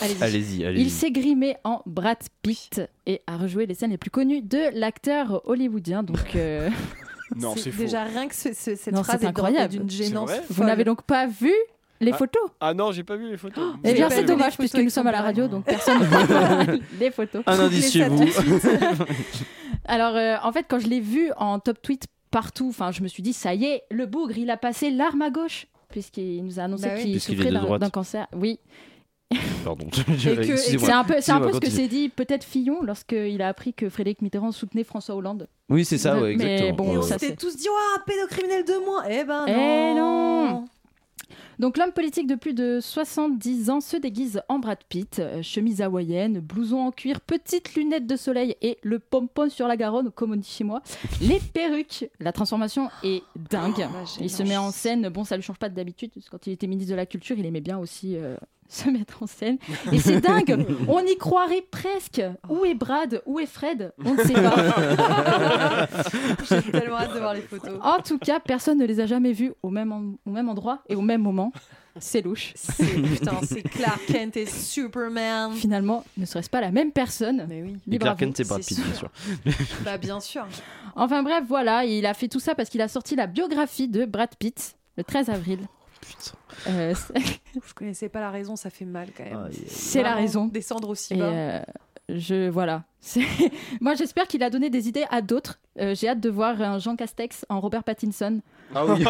Speaker 10: Allez-y.
Speaker 1: Allez-y, allez-y.
Speaker 10: Il s'est grimé en Brad Pitt et a rejoué les scènes les plus connues de l'acteur hollywoodien. Donc, euh,
Speaker 9: Non, c'est faux.
Speaker 8: Déjà, rien que ce- ce- cette
Speaker 10: non,
Speaker 8: phrase
Speaker 10: c'est
Speaker 8: est incroyable. d'une
Speaker 10: C'est
Speaker 8: gênance.
Speaker 10: vrai Vous
Speaker 8: folle.
Speaker 10: n'avez donc pas vu les
Speaker 9: Ah-
Speaker 10: photos
Speaker 9: Ah non, j'ai pas vu les photos.
Speaker 10: Eh bien,
Speaker 9: J'ai
Speaker 10: c'est
Speaker 9: pas vu.
Speaker 10: dommage puisque nous sommes à la radio, donc personne ne verra les photos.
Speaker 9: Un indice chez
Speaker 10: Les
Speaker 9: vous.
Speaker 10: satellites. Alors, euh, en fait, quand je l'ai vu en top tweet partout, enfin, je me suis dit, ça y est, le bougre, il a passé l'arme à gauche, puisqu'il nous a annoncé
Speaker 1: Bah oui.
Speaker 10: qu'il
Speaker 1: Puisqu'il est
Speaker 10: souffrait
Speaker 1: de
Speaker 10: d'un
Speaker 1: droite.
Speaker 10: d'un cancer. Oui.
Speaker 1: Pardon.
Speaker 10: Et que- et que
Speaker 1: Excusez-moi.
Speaker 10: C'est un peu, c'est un peu
Speaker 1: Excusez-moi,
Speaker 9: bah,
Speaker 10: ce que
Speaker 1: continuez.
Speaker 10: s'est dit peut-être Fillon lorsqu'il a appris que Frédéric Mitterrand soutenait François Hollande.
Speaker 1: Oui, c'est ça, ouais,
Speaker 10: Mais
Speaker 1: exactement.
Speaker 10: bon,
Speaker 1: Ouais,
Speaker 10: on
Speaker 1: ouais.
Speaker 10: s'était
Speaker 8: T'es tous dit, ouah, pédocriminel de moins. Eh ben non.
Speaker 10: Eh non Donc l'homme politique de plus de 70 ans se déguise en Brad Pitt, euh, chemise hawaïenne, blouson en cuir, petites lunettes de soleil et le pompon sur la Garonne, comme on dit chez moi, les perruques. La transformation est dingue. il se met en scène, bon ça lui change pas d'habitude, parce que quand il était ministre de la Culture, il aimait bien aussi euh, se mettre en scène. Et c'est dingue, on y croirait presque. Où est Brad Où est Fred On ne sait pas.
Speaker 8: J'ai tellement hâte de voir les photos.
Speaker 10: En tout cas, personne ne les a jamais vus au même, en- au même endroit et au même moment. C'est louche.
Speaker 8: Putain, c'est Clark Kent et Superman.
Speaker 10: Mm. Finalement, ne serait-ce pas la même personne Mais
Speaker 8: oui.
Speaker 1: Et Clark Kent, c'est Brad Pitt, bien sûr.
Speaker 8: Bah bien sûr.
Speaker 10: Enfin bref, voilà, il a fait tout ça parce qu'il a sorti la biographie de Brad Pitt le 13 avril. Euh, c'est-
Speaker 8: Je connaissais pas la raison, ça fait mal quand
Speaker 1: Ah,
Speaker 8: même.
Speaker 10: C'est la
Speaker 8: Vraiment,
Speaker 10: raison.
Speaker 8: Descendre aussi
Speaker 10: Et,
Speaker 8: bas.
Speaker 10: euh, je voilà. C'est- Moi, j'espère qu'il a donné des idées à d'autres. Euh, J'ai hâte de voir un Jean Castex en Robert Pattinson
Speaker 1: Ah oui,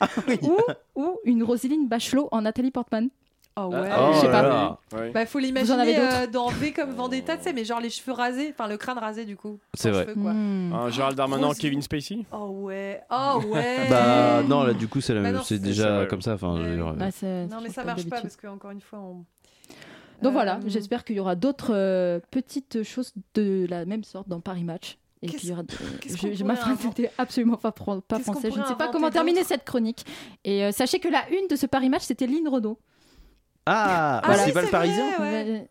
Speaker 1: ah oui.
Speaker 10: ou une Roselyne Bachelot en Nathalie Portman.
Speaker 9: Ah,
Speaker 8: Oh ouais.
Speaker 1: Oh
Speaker 10: je sais
Speaker 1: là
Speaker 10: pas.
Speaker 1: là. Ouais.
Speaker 8: Bah faut
Speaker 10: Vous en avez
Speaker 8: l'imaginer
Speaker 10: d'autres
Speaker 8: euh, dans V comme Vendetta, tu sais, mais genre les cheveux rasés, enfin le crâne rasé du coup.
Speaker 1: C'est
Speaker 8: Sans
Speaker 1: vrai.
Speaker 8: cheveux, quoi.
Speaker 10: Mm. Hmm.
Speaker 1: Ah,
Speaker 9: Un Gérald Darmanin, Kevin Spacey
Speaker 8: Oh ouais, oh ouais.
Speaker 1: Bah non, là du coup c'est la
Speaker 8: Bah
Speaker 1: même-
Speaker 8: non,
Speaker 1: c'est
Speaker 8: c'est-
Speaker 1: déjà
Speaker 8: c'est-
Speaker 1: comme ça. Enfin, je veux dire, euh.
Speaker 10: Bah, c'est-
Speaker 8: Non mais
Speaker 10: change
Speaker 8: ça
Speaker 10: pas
Speaker 8: marche pas
Speaker 10: d'habitude.
Speaker 8: parce que encore une fois on.
Speaker 10: Donc
Speaker 8: Euh,
Speaker 10: voilà, j'espère qu'il y aura d'autres euh, petites choses de la même sorte dans Paris Match. Et qu'il y aura de-
Speaker 8: qu'est-ce
Speaker 10: je,
Speaker 8: qu'on
Speaker 10: je- ma
Speaker 8: pourrait
Speaker 10: phrase n'était absolument pas, fran- pas
Speaker 8: Qu'est-ce qu'on
Speaker 10: française. Je ne
Speaker 8: pourrait
Speaker 10: sais pas
Speaker 8: inventer
Speaker 10: comment terminer cette chronique. Et euh, sachez que la une de ce Paris Match, c'était Lynn Renaud.
Speaker 1: Ah,
Speaker 10: Voilà.
Speaker 1: c'est pas le
Speaker 8: Eh
Speaker 1: Parisien.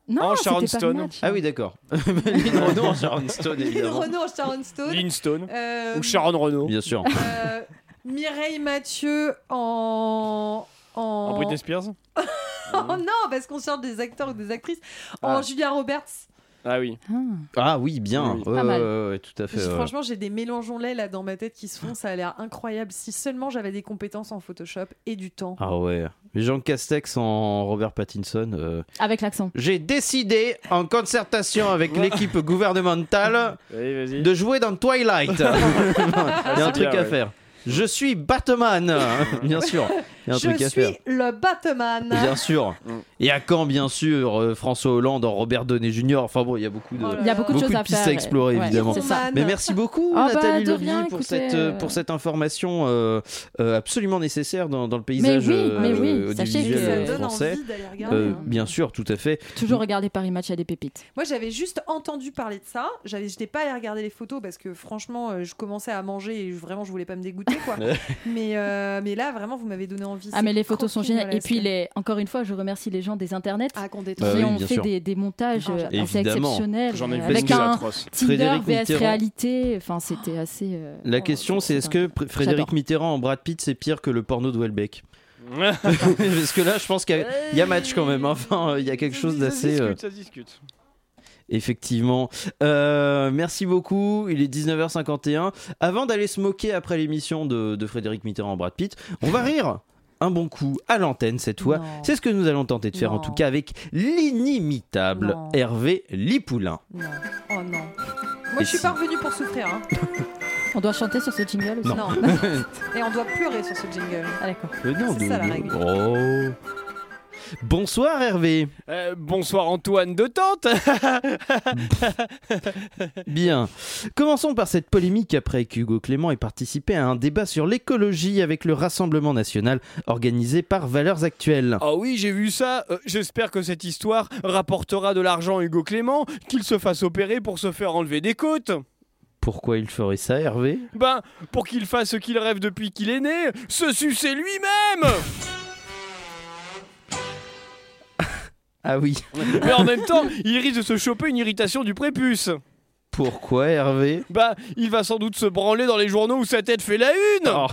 Speaker 10: Non,
Speaker 1: en
Speaker 10: c'était Paris Match.
Speaker 1: Oh, Ah oui, d'accord. Lynn Renaud en Sharon Stone,
Speaker 8: Lynn
Speaker 1: évidemment.
Speaker 8: Renaud, Sharon Stone.
Speaker 9: Lynn Stone.
Speaker 8: Euh,
Speaker 9: Ou Sharon Renault.
Speaker 1: Bien sûr.
Speaker 8: euh, Mireille Mathieu en. En,
Speaker 9: En Britney Spears
Speaker 1: hein.
Speaker 8: Oh non, parce qu'on cherche des acteurs ou des actrices. En
Speaker 9: Ah.
Speaker 8: Julia Roberts.
Speaker 9: Ah oui.
Speaker 1: Ah oui, bien.
Speaker 9: Oui.
Speaker 1: Ouais,
Speaker 8: Pas mal.
Speaker 1: ouais, ouais, ouais, tout à fait.
Speaker 8: J'ai-
Speaker 1: ouais.
Speaker 8: Franchement, j'ai des mélanges en lait là dans ma tête qui se font. Ça a l'air incroyable. Si seulement j'avais des compétences en Photoshop et du temps.
Speaker 1: Ah ouais. Jean Castex en Robert Pattinson. euh,
Speaker 10: Avec l'accent.
Speaker 1: J'ai décidé, en concertation avec l'équipe gouvernementale, de jouer dans Twilight. Il y a un
Speaker 9: Ah, c'est
Speaker 1: truc
Speaker 9: bien,
Speaker 1: à
Speaker 9: ouais.
Speaker 1: faire. Je suis Batman, bien sûr. Il y a un
Speaker 8: Je
Speaker 1: truc à faire.
Speaker 8: suis le Batman.
Speaker 1: Bien sûr. Et à quand, bien sûr, euh, François Hollande en Robert Downey Jr. Enfin bon, il y a beaucoup de,
Speaker 8: Oh
Speaker 10: Il y a beaucoup de choses à
Speaker 1: pistes à
Speaker 10: faire,
Speaker 1: explorer,
Speaker 10: ouais.
Speaker 1: évidemment.
Speaker 10: C'est ça.
Speaker 1: Mais merci beaucoup,
Speaker 10: Ah bah,
Speaker 1: Nathalie
Speaker 10: de
Speaker 1: Lobby,
Speaker 10: rien,
Speaker 1: pour,
Speaker 10: écoutez,
Speaker 1: cette, euh,
Speaker 10: euh,
Speaker 1: pour cette information euh, euh, absolument nécessaire dans, dans le paysage
Speaker 10: oui,
Speaker 1: euh,
Speaker 10: mais oui,
Speaker 1: euh,
Speaker 10: sachez
Speaker 1: audiovisuel
Speaker 10: que- Ça donne
Speaker 1: français.
Speaker 10: envie d'aller regarder,
Speaker 1: Euh,
Speaker 10: hein.
Speaker 1: bien sûr, tout à fait.
Speaker 10: Toujours regarder Paris Match à des pépites.
Speaker 8: Moi, j'avais juste entendu parler de ça. J'avais, j'étais pas allée regarder les photos parce que franchement, euh, je commençais à manger et je- vraiment, je voulais pas me dégoûter, quoi. mais, euh, mais là, vraiment, vous m'avez donné envie.
Speaker 10: Ah
Speaker 8: C'est
Speaker 10: mais les photos sont géniales. Et
Speaker 8: croquignolesque.
Speaker 10: puis les... encore une fois, je remercie les gens des internets
Speaker 8: Ah.
Speaker 10: qui
Speaker 1: Bah oui,
Speaker 10: ont
Speaker 1: bien
Speaker 10: fait
Speaker 1: sûr.
Speaker 10: des, des montages euh, assez
Speaker 1: Évidemment.
Speaker 10: exceptionnels.
Speaker 1: J'en ai
Speaker 10: euh,
Speaker 1: vu
Speaker 10: avec
Speaker 1: des
Speaker 10: un
Speaker 1: atroces.
Speaker 10: Tinder
Speaker 1: Frédéric
Speaker 10: vs
Speaker 1: Mitterrand.
Speaker 10: réalité. Enfin, c'était assez. euh,
Speaker 1: La question, c'est est-ce que Pr- Frédéric
Speaker 10: J'adore.
Speaker 1: Mitterrand en Brad Pitt, c'est pire que le porno de Welbeck Parce que là, je pense qu'il y a- il y a match quand même. Enfin, euh, il y a quelque chose d'assez. euh,
Speaker 9: Ça se discute.
Speaker 1: Effectivement. Euh, merci beaucoup. Il est 19h51. Avant d'aller se moquer après l'émission de, de Frédéric Mitterrand en Brad Pitt, on va rire un bon coup à l'antenne cette fois. C'est ce que nous allons tenter de faire en tout cas avec l'inimitable
Speaker 8: Non.
Speaker 1: Hervé Lipoulin.
Speaker 8: Non. Oh non. Moi, je suis pas revenue pour souffrir. hein.
Speaker 10: On doit chanter sur ce jingle aussi. Ah,
Speaker 1: Non.
Speaker 8: et on doit pleurer sur ce jingle.
Speaker 10: d'accord.
Speaker 1: Le nom
Speaker 8: Ah, C'est
Speaker 1: de-
Speaker 8: ça, la
Speaker 1: de-
Speaker 8: règle.
Speaker 1: Oh. Bonsoir Hervé.
Speaker 9: Euh, bonsoir Antoine de Tente
Speaker 1: Bien. Commençons par cette polémique après qu'Hugo Clément ait participé à un débat sur l'écologie avec le Rassemblement national organisé par Valeurs Actuelles.
Speaker 9: Ah oui, j'ai vu ça. Euh, J'espère que cette histoire rapportera de l'argent à Hugo Clément, qu'il se fasse opérer pour se faire enlever des côtes.
Speaker 1: Pourquoi il ferait ça, Hervé
Speaker 9: Ben, pour qu'il fasse ce qu'il rêve depuis qu'il est né, se sucer lui-même
Speaker 1: Ah oui.
Speaker 9: Mais en même temps, il risque de se choper une irritation du prépuce.
Speaker 1: Pourquoi Hervé
Speaker 9: Bah, il va sans doute se branler dans les journaux où sa tête fait la une
Speaker 1: Oh.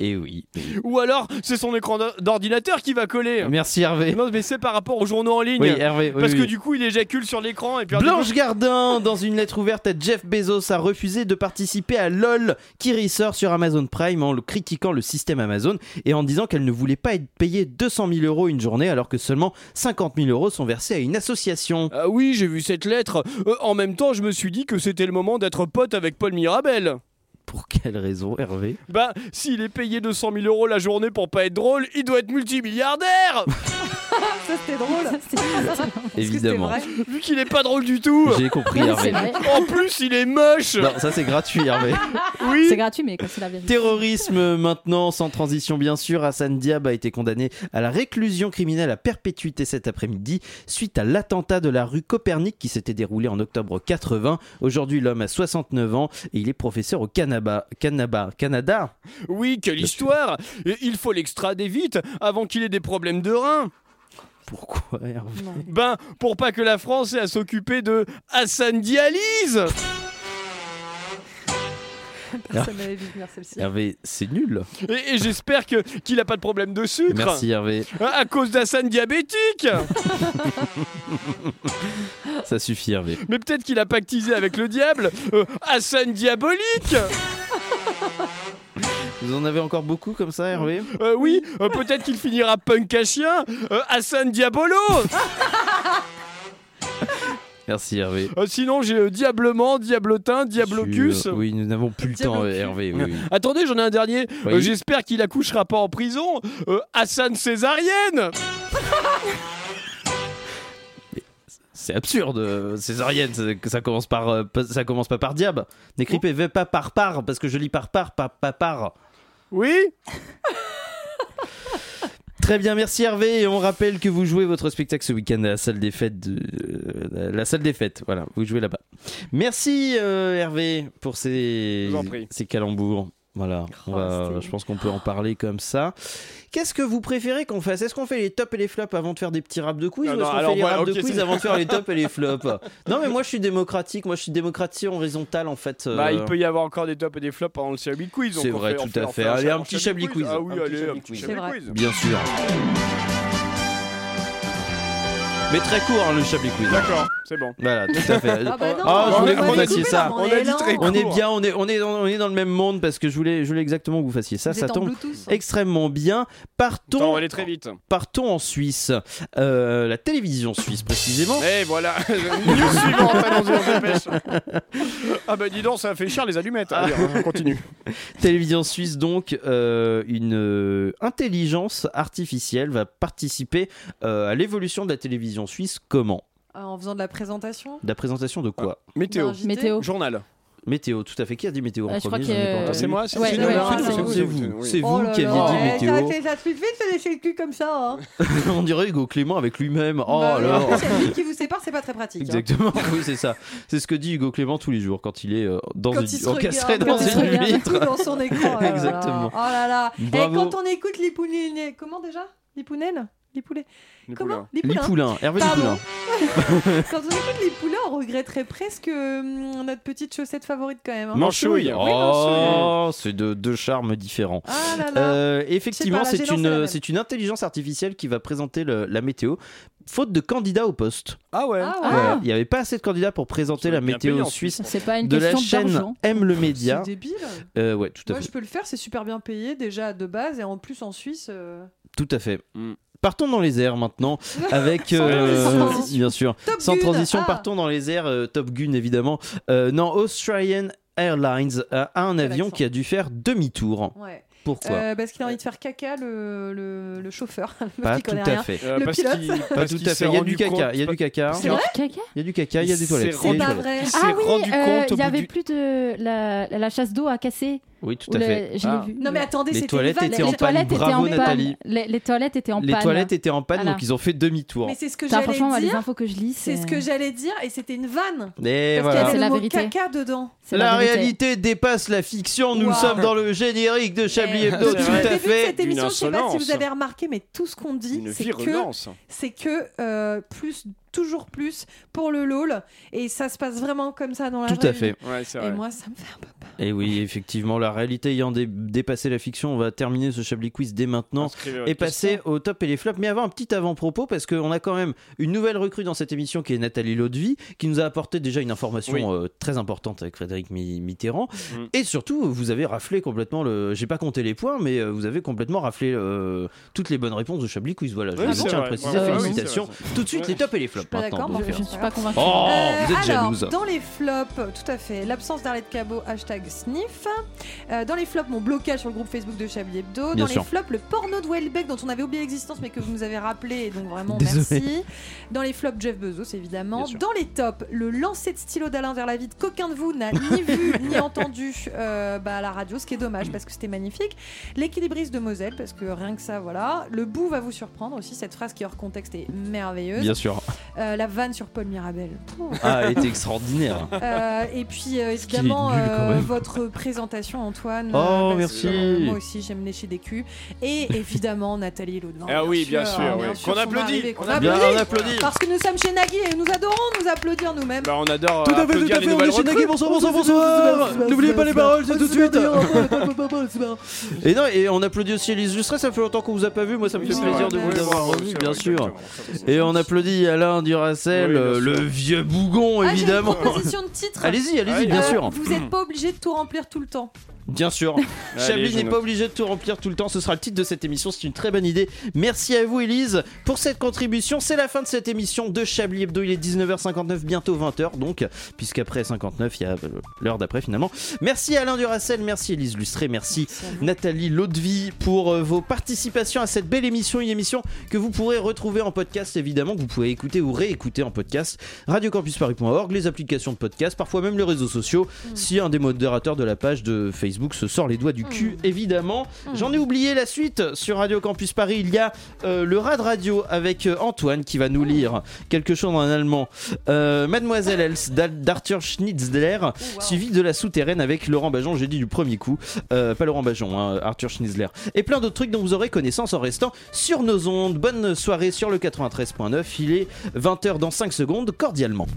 Speaker 1: Et Eh oui.
Speaker 9: Ou alors, c'est son écran d'or- d'ordinateur qui va coller
Speaker 1: Merci Hervé.
Speaker 9: Non, mais c'est par rapport aux journaux en ligne.
Speaker 1: Oui, Hervé, oui,
Speaker 9: Parce que
Speaker 1: oui.
Speaker 9: du coup, il éjacule sur l'écran et puis.
Speaker 1: Blanche Gardin, dans une lettre ouverte à Jeff Bezos, a refusé de participer à LOL qui ressort sur Amazon Prime en le critiquant le système Amazon et en disant qu'elle ne voulait pas être payée 200 000 euros une journée alors que seulement 50 000 euros sont versés à une association.
Speaker 9: Ah oui, j'ai vu cette lettre. Euh, en même temps, je me suis dit que c'était le moment d'être pote avec Paul Mirabel.
Speaker 1: Pour quelle raison Hervé
Speaker 9: Bah, s'il est payé 200 000 euros la journée pour pas être drôle, il doit être multimilliardaire
Speaker 8: Ça, c'était drôle.
Speaker 1: Évidemment.
Speaker 9: Vu qu'il est pas drôle du tout
Speaker 1: J'ai compris Hervé.
Speaker 9: En plus, il est moche
Speaker 1: Non, ça c'est gratuit Hervé.
Speaker 9: Oui
Speaker 10: C'est gratuit, mais quoi, c'est la vérité.
Speaker 1: Terrorisme maintenant, sans transition bien sûr, Hassan Diab a été condamné à la réclusion criminelle à perpétuité cet après-midi suite à l'attentat de la rue Copernic qui s'était déroulé en octobre 80. Aujourd'hui l'homme a 69 ans et il est professeur au Canada. Canada, Canada
Speaker 9: Oui, quelle histoire Et Il faut l'extrader vite, avant qu'il ait des problèmes de reins
Speaker 1: Pourquoi Hervé
Speaker 9: Ben, pour pas que la France ait à s'occuper de Hassan Dialyse
Speaker 8: Personne n'avait vu venir celle-ci.
Speaker 1: Hervé, c'est nul.
Speaker 9: Et, et j'espère que qu'il a pas de problème de sucre hein,
Speaker 1: Merci Hervé,
Speaker 9: À cause d'Hassan diabétique
Speaker 1: ça suffit Hervé.
Speaker 9: Mais peut-être qu'il a pactisé avec le diable Euh, Hassan diabolique
Speaker 1: Vous en avez encore beaucoup comme ça Hervé
Speaker 9: Euh, Oui, euh, peut-être qu'il finira punk à chien Euh, Hassan Diabolo
Speaker 1: Merci Hervé.
Speaker 9: Euh, Sinon, j'ai euh, Diablement, Diablotin, Diablocus.
Speaker 1: Tu- euh, Oui, nous n'avons plus le temps
Speaker 8: Diablocus.
Speaker 1: Hervé. oui, oui.
Speaker 9: Attendez, j'en ai un dernier.
Speaker 1: Oui.
Speaker 9: Euh, J'espère qu'il accouchera pas en prison. Euh, Hassan Césarienne
Speaker 1: C'est absurde, euh, césarienne, ça, ça commence par euh, pas- ça commence pas par diable. N'écrivez pas par par parce que je lis par par par par par.
Speaker 9: Oui
Speaker 1: Très bien, merci Hervé. Et on rappelle que vous jouez votre spectacle ce week-end à la salle des fêtes, de- euh, la salle des fêtes. Voilà, vous jouez là-bas. Merci euh, Hervé pour ces
Speaker 9: Je vous en prie. Oh,
Speaker 1: ces calembours. Voilà, on va-
Speaker 8: c'était-
Speaker 1: je pense qu'on peut en parler comme ça. Qu'est-ce que vous préférez qu'on fasse Est-ce qu'on fait les tops et les flops avant de faire des petits raps de quiz
Speaker 9: Ah
Speaker 1: ou
Speaker 9: non,
Speaker 1: est-ce qu'on
Speaker 9: alors
Speaker 1: fait les
Speaker 9: voilà,
Speaker 1: raps de
Speaker 9: ok,
Speaker 1: quiz
Speaker 9: c'est-
Speaker 1: avant de faire les tops et les flops Non, mais moi je suis démocratique. Moi je suis démocratie horizontale en fait. euh,
Speaker 9: Bah, il peut y avoir encore des tops et des flops pendant le Chablis Quiz. donc
Speaker 1: C'est
Speaker 9: on
Speaker 1: vrai,
Speaker 9: fait- on
Speaker 1: tout
Speaker 9: fait-
Speaker 1: à
Speaker 9: on
Speaker 1: fait.
Speaker 9: fait un
Speaker 1: Allez, un
Speaker 9: Chablis
Speaker 1: petit Chablis quiz.
Speaker 9: Ah oui,
Speaker 1: Un petit
Speaker 9: allez, un
Speaker 1: Chablis
Speaker 9: petit
Speaker 1: quiz.
Speaker 9: Chablis
Speaker 8: C'est vrai.
Speaker 9: Quiz.
Speaker 1: Bien sûr. Mais très court hein, le Chablis Quiz.
Speaker 9: D'accord, c'est bon.
Speaker 1: Voilà, tout à fait.
Speaker 8: Ah bah non,
Speaker 1: Ah, je
Speaker 8: on
Speaker 1: voulais
Speaker 8: va
Speaker 1: qu'on
Speaker 8: les
Speaker 1: ait dit
Speaker 8: couper,
Speaker 1: ça.
Speaker 8: là,
Speaker 9: On a
Speaker 8: est
Speaker 9: dit
Speaker 8: lent.
Speaker 9: très court.
Speaker 1: On est bien, on est, on, est dans, on est dans le même monde parce que je voulais, je voulais exactement que vous fassiez ça.
Speaker 8: Vous
Speaker 1: ça
Speaker 8: êtes en hein.
Speaker 1: tombe
Speaker 8: Bluetooth.
Speaker 1: extrêmement bien. Partons,
Speaker 9: Attends, on va aller très vite.
Speaker 1: partons en Suisse. Euh, la télévision suisse précisément.
Speaker 9: Et voilà, news suivante, allons-y, on se dépêche. Ah bah dis donc, ça fait cher les allumettes. Allez, on continue.
Speaker 1: Télévision suisse, donc, euh, une euh, intelligence artificielle va participer euh, à l'évolution de la télévision suisse. Comment
Speaker 8: Ah, En faisant de la présentation
Speaker 1: De La présentation de quoi
Speaker 9: Météo.
Speaker 8: d'un invité
Speaker 10: Météo.
Speaker 1: Euh,
Speaker 9: Journal.
Speaker 1: Météo, tout à fait. Qui a dit météo en
Speaker 10: Euh, je
Speaker 1: premier
Speaker 10: crois
Speaker 1: J'en ai
Speaker 10: que-
Speaker 1: pas entendu.
Speaker 10: Euh,
Speaker 9: Ah, C'est moi, c'est
Speaker 10: ouais,
Speaker 9: c'est
Speaker 10: ouais,
Speaker 9: nous,
Speaker 10: ouais,
Speaker 9: c'est
Speaker 10: ouais,
Speaker 9: nous,
Speaker 10: ouais,
Speaker 1: C'est
Speaker 9: c'est
Speaker 1: vous,
Speaker 9: oui.
Speaker 1: c'est
Speaker 8: Oh
Speaker 1: vous
Speaker 8: là
Speaker 1: qui
Speaker 8: là.
Speaker 1: aviez
Speaker 8: Eh,
Speaker 1: dit
Speaker 8: ça
Speaker 1: météo.
Speaker 8: fait- Ça se fait vite, c'est des chez comme ça. hein.
Speaker 1: On dirait Hugo Clément avec lui-même. Oh
Speaker 8: Bah,
Speaker 1: là
Speaker 8: le celle qui vous sépare, c'est pas très pratique. hein.
Speaker 1: Exactement, oui, c'est ça. C'est ce que dit Hugo Clément tous les jours quand il est euh, dans
Speaker 8: Quand
Speaker 1: une,
Speaker 8: il se
Speaker 1: encastré
Speaker 8: regarde,
Speaker 1: dans
Speaker 8: quand il se
Speaker 1: une
Speaker 8: regarde
Speaker 1: vitre.
Speaker 8: tout dans son écran. oh là là.
Speaker 1: Exactement.
Speaker 8: Oh là là. Et
Speaker 1: Bravo.
Speaker 8: quand on écoute Lipounel, comment déjà Lipounel Lipoulet. Comment Lipoulin.
Speaker 1: Lipoulin, Hervé
Speaker 8: Pardon.
Speaker 1: Lipoulin.
Speaker 8: Quand on écoute les poulets, on regretterait presque euh, notre petite chaussette favorite quand même. hein.
Speaker 1: Manchouille.
Speaker 9: Manchouille.
Speaker 8: Oui,
Speaker 1: Oh, c'est de deux charmes différents.
Speaker 8: Ah là là.
Speaker 1: Euh, effectivement,
Speaker 8: Je sais pas, la
Speaker 1: c'est
Speaker 8: gênance, elle est la
Speaker 1: une,
Speaker 8: même.
Speaker 1: c'est une intelligence artificielle qui va présenter le- la météo, faute de candidats au poste.
Speaker 9: Ah ouais.
Speaker 8: Ah ouais.
Speaker 1: Ouais, Il n'y avait pas assez de candidats pour présenter
Speaker 9: Ça
Speaker 1: la
Speaker 9: doit être bien
Speaker 1: météo
Speaker 9: payé, en
Speaker 1: suisse
Speaker 10: C'est pas une
Speaker 1: de la
Speaker 10: question
Speaker 1: chaîne
Speaker 10: d'argent.
Speaker 1: Aime le
Speaker 8: C'est
Speaker 1: Média.
Speaker 8: débile.
Speaker 1: Euh, ouais, tout à
Speaker 8: Moi,
Speaker 1: fait.
Speaker 8: je peux le faire, c'est super bien payé déjà de base et en plus en Suisse. euh,
Speaker 1: Tout à fait.
Speaker 9: Mm.
Speaker 1: Partons dans les airs maintenant avec euh,
Speaker 8: Sans transition.
Speaker 1: bien sûr
Speaker 8: Top
Speaker 1: sans
Speaker 8: Gun,
Speaker 1: transition
Speaker 8: ah.
Speaker 1: partons dans les airs euh, Top Gun évidemment Euh, non Australian Airlines a a un
Speaker 8: Quel
Speaker 1: avion
Speaker 8: accent.
Speaker 1: qui a dû faire demi-tour
Speaker 8: Ouais.
Speaker 1: pourquoi
Speaker 8: Euh, parce qu'il a envie de faire caca le, le, le chauffeur. Le mec
Speaker 1: pas
Speaker 8: qui
Speaker 1: tout
Speaker 8: connaît
Speaker 1: à
Speaker 8: rien.
Speaker 1: fait
Speaker 9: Euh,
Speaker 8: Le
Speaker 9: parce
Speaker 8: pilote.
Speaker 9: qu'il-
Speaker 1: pas
Speaker 9: parce
Speaker 1: tout
Speaker 9: qu'il
Speaker 1: à
Speaker 9: s'est
Speaker 1: fait il y a
Speaker 9: rendu
Speaker 1: du caca
Speaker 9: compte-
Speaker 1: il y a du caca
Speaker 9: C'est
Speaker 10: C'est vrai caca
Speaker 1: il y a du caca il y a des
Speaker 9: C'est
Speaker 1: toilettes
Speaker 8: C'est
Speaker 9: rendu-
Speaker 8: pas
Speaker 1: vrai.
Speaker 8: vrai.
Speaker 9: Il s'est
Speaker 10: Ah oui,
Speaker 9: rendu
Speaker 10: euh,
Speaker 9: compte au
Speaker 10: il
Speaker 9: bout
Speaker 10: y avait
Speaker 9: du-
Speaker 10: plus de la, la- la chasse d'eau a cassé.
Speaker 1: oui tout
Speaker 10: Ou
Speaker 1: à
Speaker 10: le-
Speaker 1: fait
Speaker 10: Je
Speaker 9: Ah.
Speaker 10: l'ai vu.
Speaker 8: Non mais attendez,
Speaker 1: Les
Speaker 8: c'était
Speaker 1: toilettes
Speaker 8: une vanne.
Speaker 1: étaient en
Speaker 10: les toilettes
Speaker 1: panne.
Speaker 10: étaient
Speaker 1: Bravo,
Speaker 10: en
Speaker 1: Nathalie.
Speaker 10: panne. Les, les toilettes étaient en
Speaker 1: les
Speaker 10: panne.
Speaker 1: toilettes étaient en panne
Speaker 10: Voilà.
Speaker 1: donc ils ont fait demi-tour
Speaker 8: Mais c'est ce que
Speaker 10: Putain,
Speaker 8: j'allais
Speaker 10: franchement, moi, les
Speaker 8: dire.
Speaker 10: infos que je lis,
Speaker 8: C'est ce que j'allais dire et c'était une vanne.
Speaker 1: et voilà
Speaker 8: Parce qu'il y avait
Speaker 10: C'est
Speaker 8: le
Speaker 10: la
Speaker 8: mot
Speaker 10: vérité.
Speaker 8: caca dedans.
Speaker 10: c'est
Speaker 1: la
Speaker 10: vérité.
Speaker 1: réalité dépasse la fiction nous
Speaker 8: Wow.
Speaker 1: sommes dans le générique de Chablis Chablis Hebdo,
Speaker 8: Au
Speaker 1: tout
Speaker 8: début de
Speaker 1: à fait.
Speaker 8: cette émission, je sais pas si vous
Speaker 1: insolence.
Speaker 8: avez remarqué, mais tout ce qu'on dit,
Speaker 1: Une
Speaker 8: c'est que
Speaker 1: virulence.
Speaker 8: c'est que euh, plus, toujours plus pour le LOL, et ça se passe vraiment comme ça dans la
Speaker 1: Tout à
Speaker 8: vraie
Speaker 1: fait.
Speaker 8: vie.
Speaker 1: Ouais, c'est
Speaker 8: Et
Speaker 1: vrai.
Speaker 8: moi, ça me fait un peu.
Speaker 1: Et oui, effectivement, la réalité ayant dé- dépassé la fiction, on va terminer ce Chablis Quiz dès maintenant
Speaker 9: Inscrivez votre
Speaker 1: et passer au top et les flops. Mais avant, un petit avant-propos, parce qu'on a quand même une nouvelle recrue dans cette émission qui est Nathalie Lodevie, qui nous a apporté déjà une information
Speaker 9: Oui. Mm.
Speaker 1: euh, très importante avec Frédéric Mi- Mitterrand. Et surtout, vous avez raflé complètement le. J'ai pas compté les points, mais euh, vous avez complètement raflé euh, toutes les bonnes réponses de Chablis Quiz. Voilà, je
Speaker 9: Oui,
Speaker 1: je
Speaker 9: c'est
Speaker 1: tiens à
Speaker 9: vrai.
Speaker 1: préciser.
Speaker 9: Ouais, ouais, ouais,
Speaker 1: Félicitations.
Speaker 9: c'est vrai, c'est vrai.
Speaker 1: Tout de suite, les tops et les flops.
Speaker 8: suis pas
Speaker 1: maintenant,
Speaker 8: d'accord,
Speaker 1: de
Speaker 8: moi,
Speaker 1: faire.
Speaker 8: je ne suis pas
Speaker 10: convaincue.
Speaker 1: Oh,
Speaker 8: Euh,
Speaker 1: vous êtes
Speaker 8: alors,
Speaker 1: jalouse.
Speaker 8: Dans les flops, tout à fait, l'absence d'arrêt de cabot, hashtag sniff. Euh, dans les flops, mon blocage sur le groupe Facebook de Chablis Hebdo.
Speaker 1: Bien
Speaker 8: dans
Speaker 1: sûr.
Speaker 8: les flops, le porno de Welbeck dont on avait oublié l'existence mais que vous nous avez rappelé, et donc vraiment
Speaker 1: Désolé.
Speaker 8: merci. Dans les flops, Jeff Bezos évidemment. Dans les tops, le lancer de stylo d'Alain vers la vide qu'aucun de vous n'a ni vu ni entendu euh, bah, à la radio, ce qui est dommage parce que c'était magnifique. L'équilibriste de Moselle, parce que rien que ça, voilà. Le bout va vous surprendre aussi, cette phrase qui hors contexte est merveilleuse.
Speaker 1: Bien sûr.
Speaker 8: Euh, la vanne sur Paul Mirabel. Oh. Ouh.
Speaker 1: Ah, elle était extraordinaire.
Speaker 8: Euh, et
Speaker 1: qu'il
Speaker 8: puis euh,
Speaker 1: est
Speaker 8: évidemment
Speaker 1: nul, quand
Speaker 8: euh,
Speaker 1: même.
Speaker 8: votre présentation Antoine.
Speaker 1: Oh,
Speaker 8: parce
Speaker 1: merci.
Speaker 8: que, euh, moi aussi j'aime lécher des culs. Et évidemment Nathalie Laudevin.
Speaker 9: Ah oui, bien sûr, oui. Qu'on
Speaker 8: hein, son
Speaker 9: applaudit,
Speaker 8: arrivée,
Speaker 9: qu'on
Speaker 8: qu'on
Speaker 9: applaudit.
Speaker 8: applaudit.
Speaker 9: Bien, on applaudit.
Speaker 8: Parce que nous sommes chez Nagui et nous adorons nous applaudir nous-mêmes.
Speaker 9: Bah, on adore.
Speaker 1: Tout à fait,
Speaker 9: applaudir
Speaker 1: tout à
Speaker 9: les
Speaker 1: fait, on
Speaker 9: nouvelles
Speaker 1: est chez Nagui,
Speaker 9: recrues.
Speaker 1: bonsoir, bonsoir, bonsoir. N'oubliez pas les paroles, c'est tout de suite. Et non, et on applaudit aussi les illustrés, ça fait longtemps qu'on vous a pas vu, moi ça me fait
Speaker 9: c'est
Speaker 1: plaisir de
Speaker 9: vrai. Oui,
Speaker 1: vous
Speaker 9: c'est
Speaker 1: avoir
Speaker 9: vrai,
Speaker 1: revu,
Speaker 9: c'est
Speaker 1: bien
Speaker 9: vrai,
Speaker 1: sûr. Et on applaudit Alain Duracel,
Speaker 9: Oui, bien
Speaker 1: euh,
Speaker 9: sûr.
Speaker 1: le vieux bougon,
Speaker 8: Ah, j'ai une
Speaker 1: évidemment.
Speaker 8: proposition de titre.
Speaker 1: Allez-y, allez-y, bien
Speaker 8: Euh,
Speaker 1: sûr.
Speaker 8: Vous n'êtes pas obligé de tout remplir tout le temps.
Speaker 1: Bien sûr.
Speaker 9: Allez,
Speaker 1: Chablis
Speaker 9: je
Speaker 1: n'est
Speaker 9: note.
Speaker 1: pas obligé de tout remplir tout le temps. Ce sera le titre de cette émission. C'est une très bonne idée. Merci à vous, Elise, pour cette contribution. C'est la fin de cette émission de Chablis Hebdo. Il est 19h59, bientôt 20h. Donc, puisqu'après 59, il y a euh, l'heure d'après finalement. Merci Alain Duracel, merci Elise Lustré, merci, Nathalie Lodevie pour euh, vos participations à cette belle émission. Une émission que vous pourrez retrouver en podcast, évidemment, que vous pouvez écouter ou réécouter en podcast. RadioCampusParis.org, les applications de podcast, parfois même les réseaux sociaux. Mm. Si un des modérateurs de la page de Facebook se sort les doigts du cul, évidemment. J'en ai oublié la suite sur Radio Campus Paris. Il y a euh, le Rad Radio avec euh, Antoine qui va nous lire quelque chose en allemand. Euh, Mademoiselle Else d'Al- d'Arthur Schnitzler, suivi de la souterraine avec Laurent Bajon. J'ai dit du premier coup, Euh, pas Laurent Bajon, hein, Arthur Schnitzler. Et plein d'autres trucs dont vous aurez connaissance en restant sur nos ondes. Bonne soirée sur le 93.9. Il est 20h dans 5 secondes, cordialement.